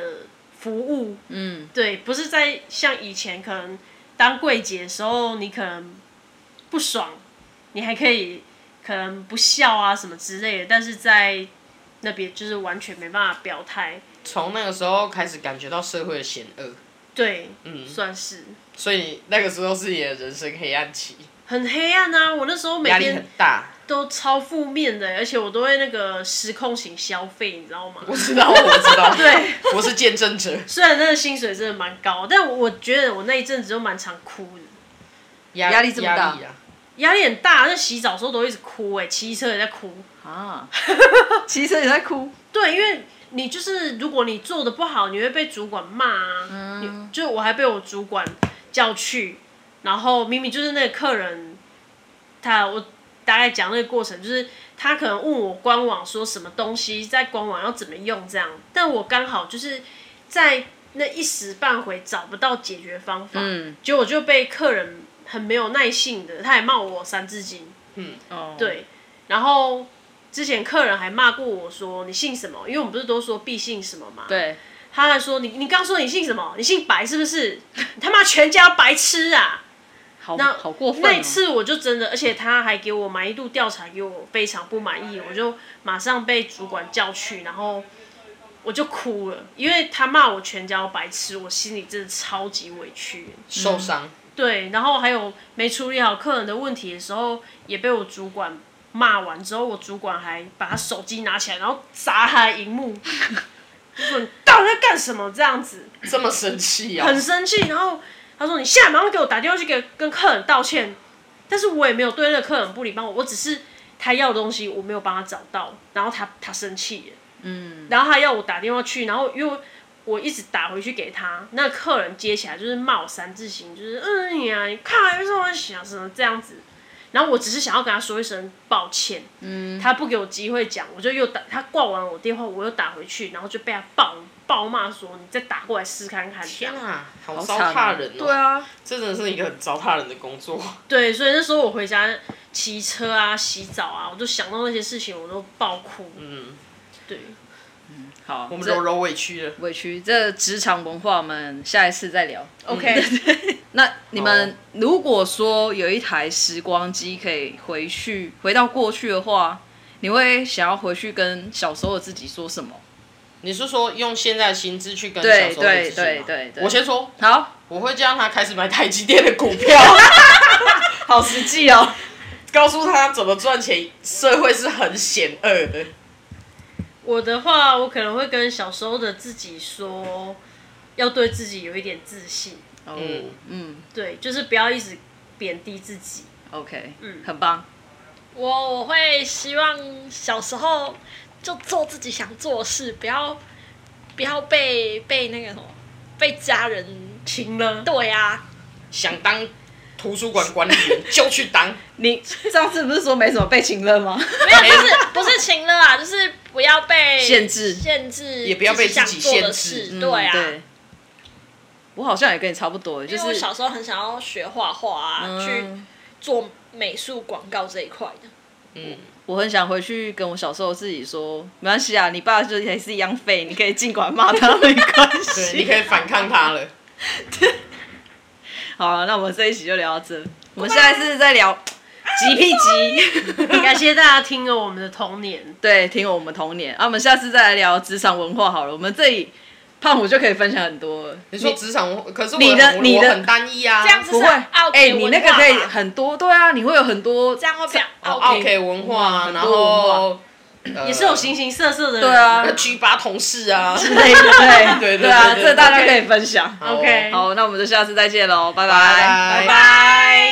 S2: 服务，
S1: 嗯，
S2: 对，不是在像以前可能当柜姐的时候，你可能不爽，你还可以可能不笑啊什么之类的，但是在那边就是完全没办法表态，
S4: 从那个时候开始感觉到社会的险恶，
S2: 对，
S4: 嗯
S2: 算是
S4: 所以那个时候是你的人生黑暗期，
S2: 很黑暗啊。我那时候每
S4: 压力很
S2: 天
S4: 大。
S2: 都超负面的，欸而且我都会那个失控型消费，你知道吗？
S4: 我知道，我知道，
S2: 对，
S4: 我是见证者，
S2: 虽然那个薪水真的蛮高，但我觉得我那一阵子就蛮常哭的。
S4: 压
S1: 压力这么大
S4: 压力啊！
S2: 压力很大，那洗澡的时候都一直哭、哎，骑车也在哭，
S1: 啊，骑车也在哭，
S2: 对，因为你就是如果你做的不好，你会被主管骂啊。你就我还被我主管叫去，然后明明就是那个客人，他我大概讲那个过程，就是他可能问我官网说什么东西在官网要怎么用这样，但我刚好就是在那一时半会找不到解决方法，
S1: 嗯
S2: 结果就被客人很没有耐性的，他还骂我三字经。
S1: 哦，
S2: 对，然后之前客人还骂过我说你姓什么，因为我们不是都说必姓什么嘛。。
S1: 对，
S2: 他还说你你刚说你姓什么？你姓白是不是？你他妈全家白痴啊！
S1: 好
S2: 那
S1: 好过分、哦。
S2: 那一次我就真的，而且他还给我满意度调查，给我非常不满意，我就马上被主管叫去，然后我就哭了，因为他骂我全家我白痴，我心里真的超级委屈。
S4: 受伤，
S2: 对，然后还有没处理好客人的问题的时候，也被我主管骂完之后，我主管还把他手机拿起来，然后砸他的荧幕， 就说你到底在干什么这样子。
S4: 这么生气啊！
S2: 很生气，然后他说你现在马上给我打电话去给跟客人道歉，但是我也没有对那个客人不礼貌，我只是他要的东西我没有帮他找到，然后他他生气了，嗯，然后他要我打电话去，然后因为我一直打回去给他，那客人接起来就是骂我三字经，就是嗯你啊，你看还是我想什么这样子。然后我只是想要跟他说一声抱歉，嗯，他不给我机会讲，我就又打他挂完我电话，我又打回去，然后就被他暴暴骂说你再打过来试看看。这样
S4: 天啊，好
S1: 好
S4: 糟
S1: 惨哦
S4: 蹋人哦！
S2: 对，啊，
S4: 这真的是一个很糟蹋人的工作。
S2: 对，所以那时候我回家骑车啊、洗澡啊，我就想到那些事情，我都爆哭。
S4: 嗯，
S2: 对，
S1: 好，我
S4: 我们柔柔委屈了。
S1: 委屈，这职场文化我们下一次再聊。嗯
S2: OK
S1: 那你们如果说有一台时光机可以回去回到过去的话，你会想要回去跟小时候的自己说什么？
S4: 你是说用现在的薪资去跟
S1: 对
S4: 小时候的
S1: 对
S4: 自己吗
S1: 对对对
S4: 我先说，
S1: 好，
S4: 我会让他开始买台积电的 股票，
S1: 好实际哦。
S4: 告诉他怎么赚钱，社会是很险恶的。
S2: 我的话，我可能会跟小时候的自己说，要对自己有一点自信。
S1: 嗯
S4: 嗯
S1: 嗯
S2: 对，就是不要一直贬低自己。
S1: ，OK，
S2: 嗯
S1: 很棒。
S3: 我我会希望小时候就做自己想做的事，不要不要被被那个什么被家人
S2: 行了，
S3: 对啊呀、
S4: 想当图书馆管理员就去 当，
S1: 你上次不是说没什么被情了吗？
S3: 没有不是不是情乐啊，就是不要被
S1: 限制
S3: 限制，
S4: 也不要被自
S3: 想
S4: 己
S3: 做的
S4: 限制
S3: 事，对啊。
S1: 嗯对我好像也跟你差不多，就
S3: 因为我
S1: 是
S3: 小时候很想要学画画啊，去
S1: 嗯，
S3: 做美术广告这一块的。
S4: 嗯，
S1: 我很想回去跟我小时候自己说，没关系啊，你爸就是还是一样废，你可以尽管骂他，没关
S4: 对，
S1: 系。
S4: 你可以反抗他了。
S1: 好、啊，那我们这一集就聊到这，我们下一次再聊急屁急，
S2: 感谢大家听了我们的童年。
S1: 对，听我们童年啊，我们下次再来聊职场文化好了，我们这里胖虎就可以分享很多了。
S4: 你说职场文，可是我
S1: 你的
S4: 很
S1: 你的
S4: 我很单一啊，
S3: 这样子
S1: 不会，
S3: 是奥
S1: 哎、
S3: K
S1: 你
S3: 文
S1: 那个
S3: 化
S1: 可以
S3: 吧
S1: 很多，对啊，你会有很多
S3: 这样会变
S4: 哦
S3: OK
S4: ，OK 文化啊，
S1: 嗯
S4: 然
S1: 很多文
S4: 后呃
S2: 也是有形形色色的人，
S1: 对啊
S4: G 八同 事啊。
S1: 之类的，对
S4: 对对
S1: 对啊，
S4: 对对
S1: 这大家
S4: OK
S1: 可以分享。
S4: 好哦
S2: OK
S1: 好，那我们就下次再见喽，拜
S4: 拜拜
S2: 拜拜。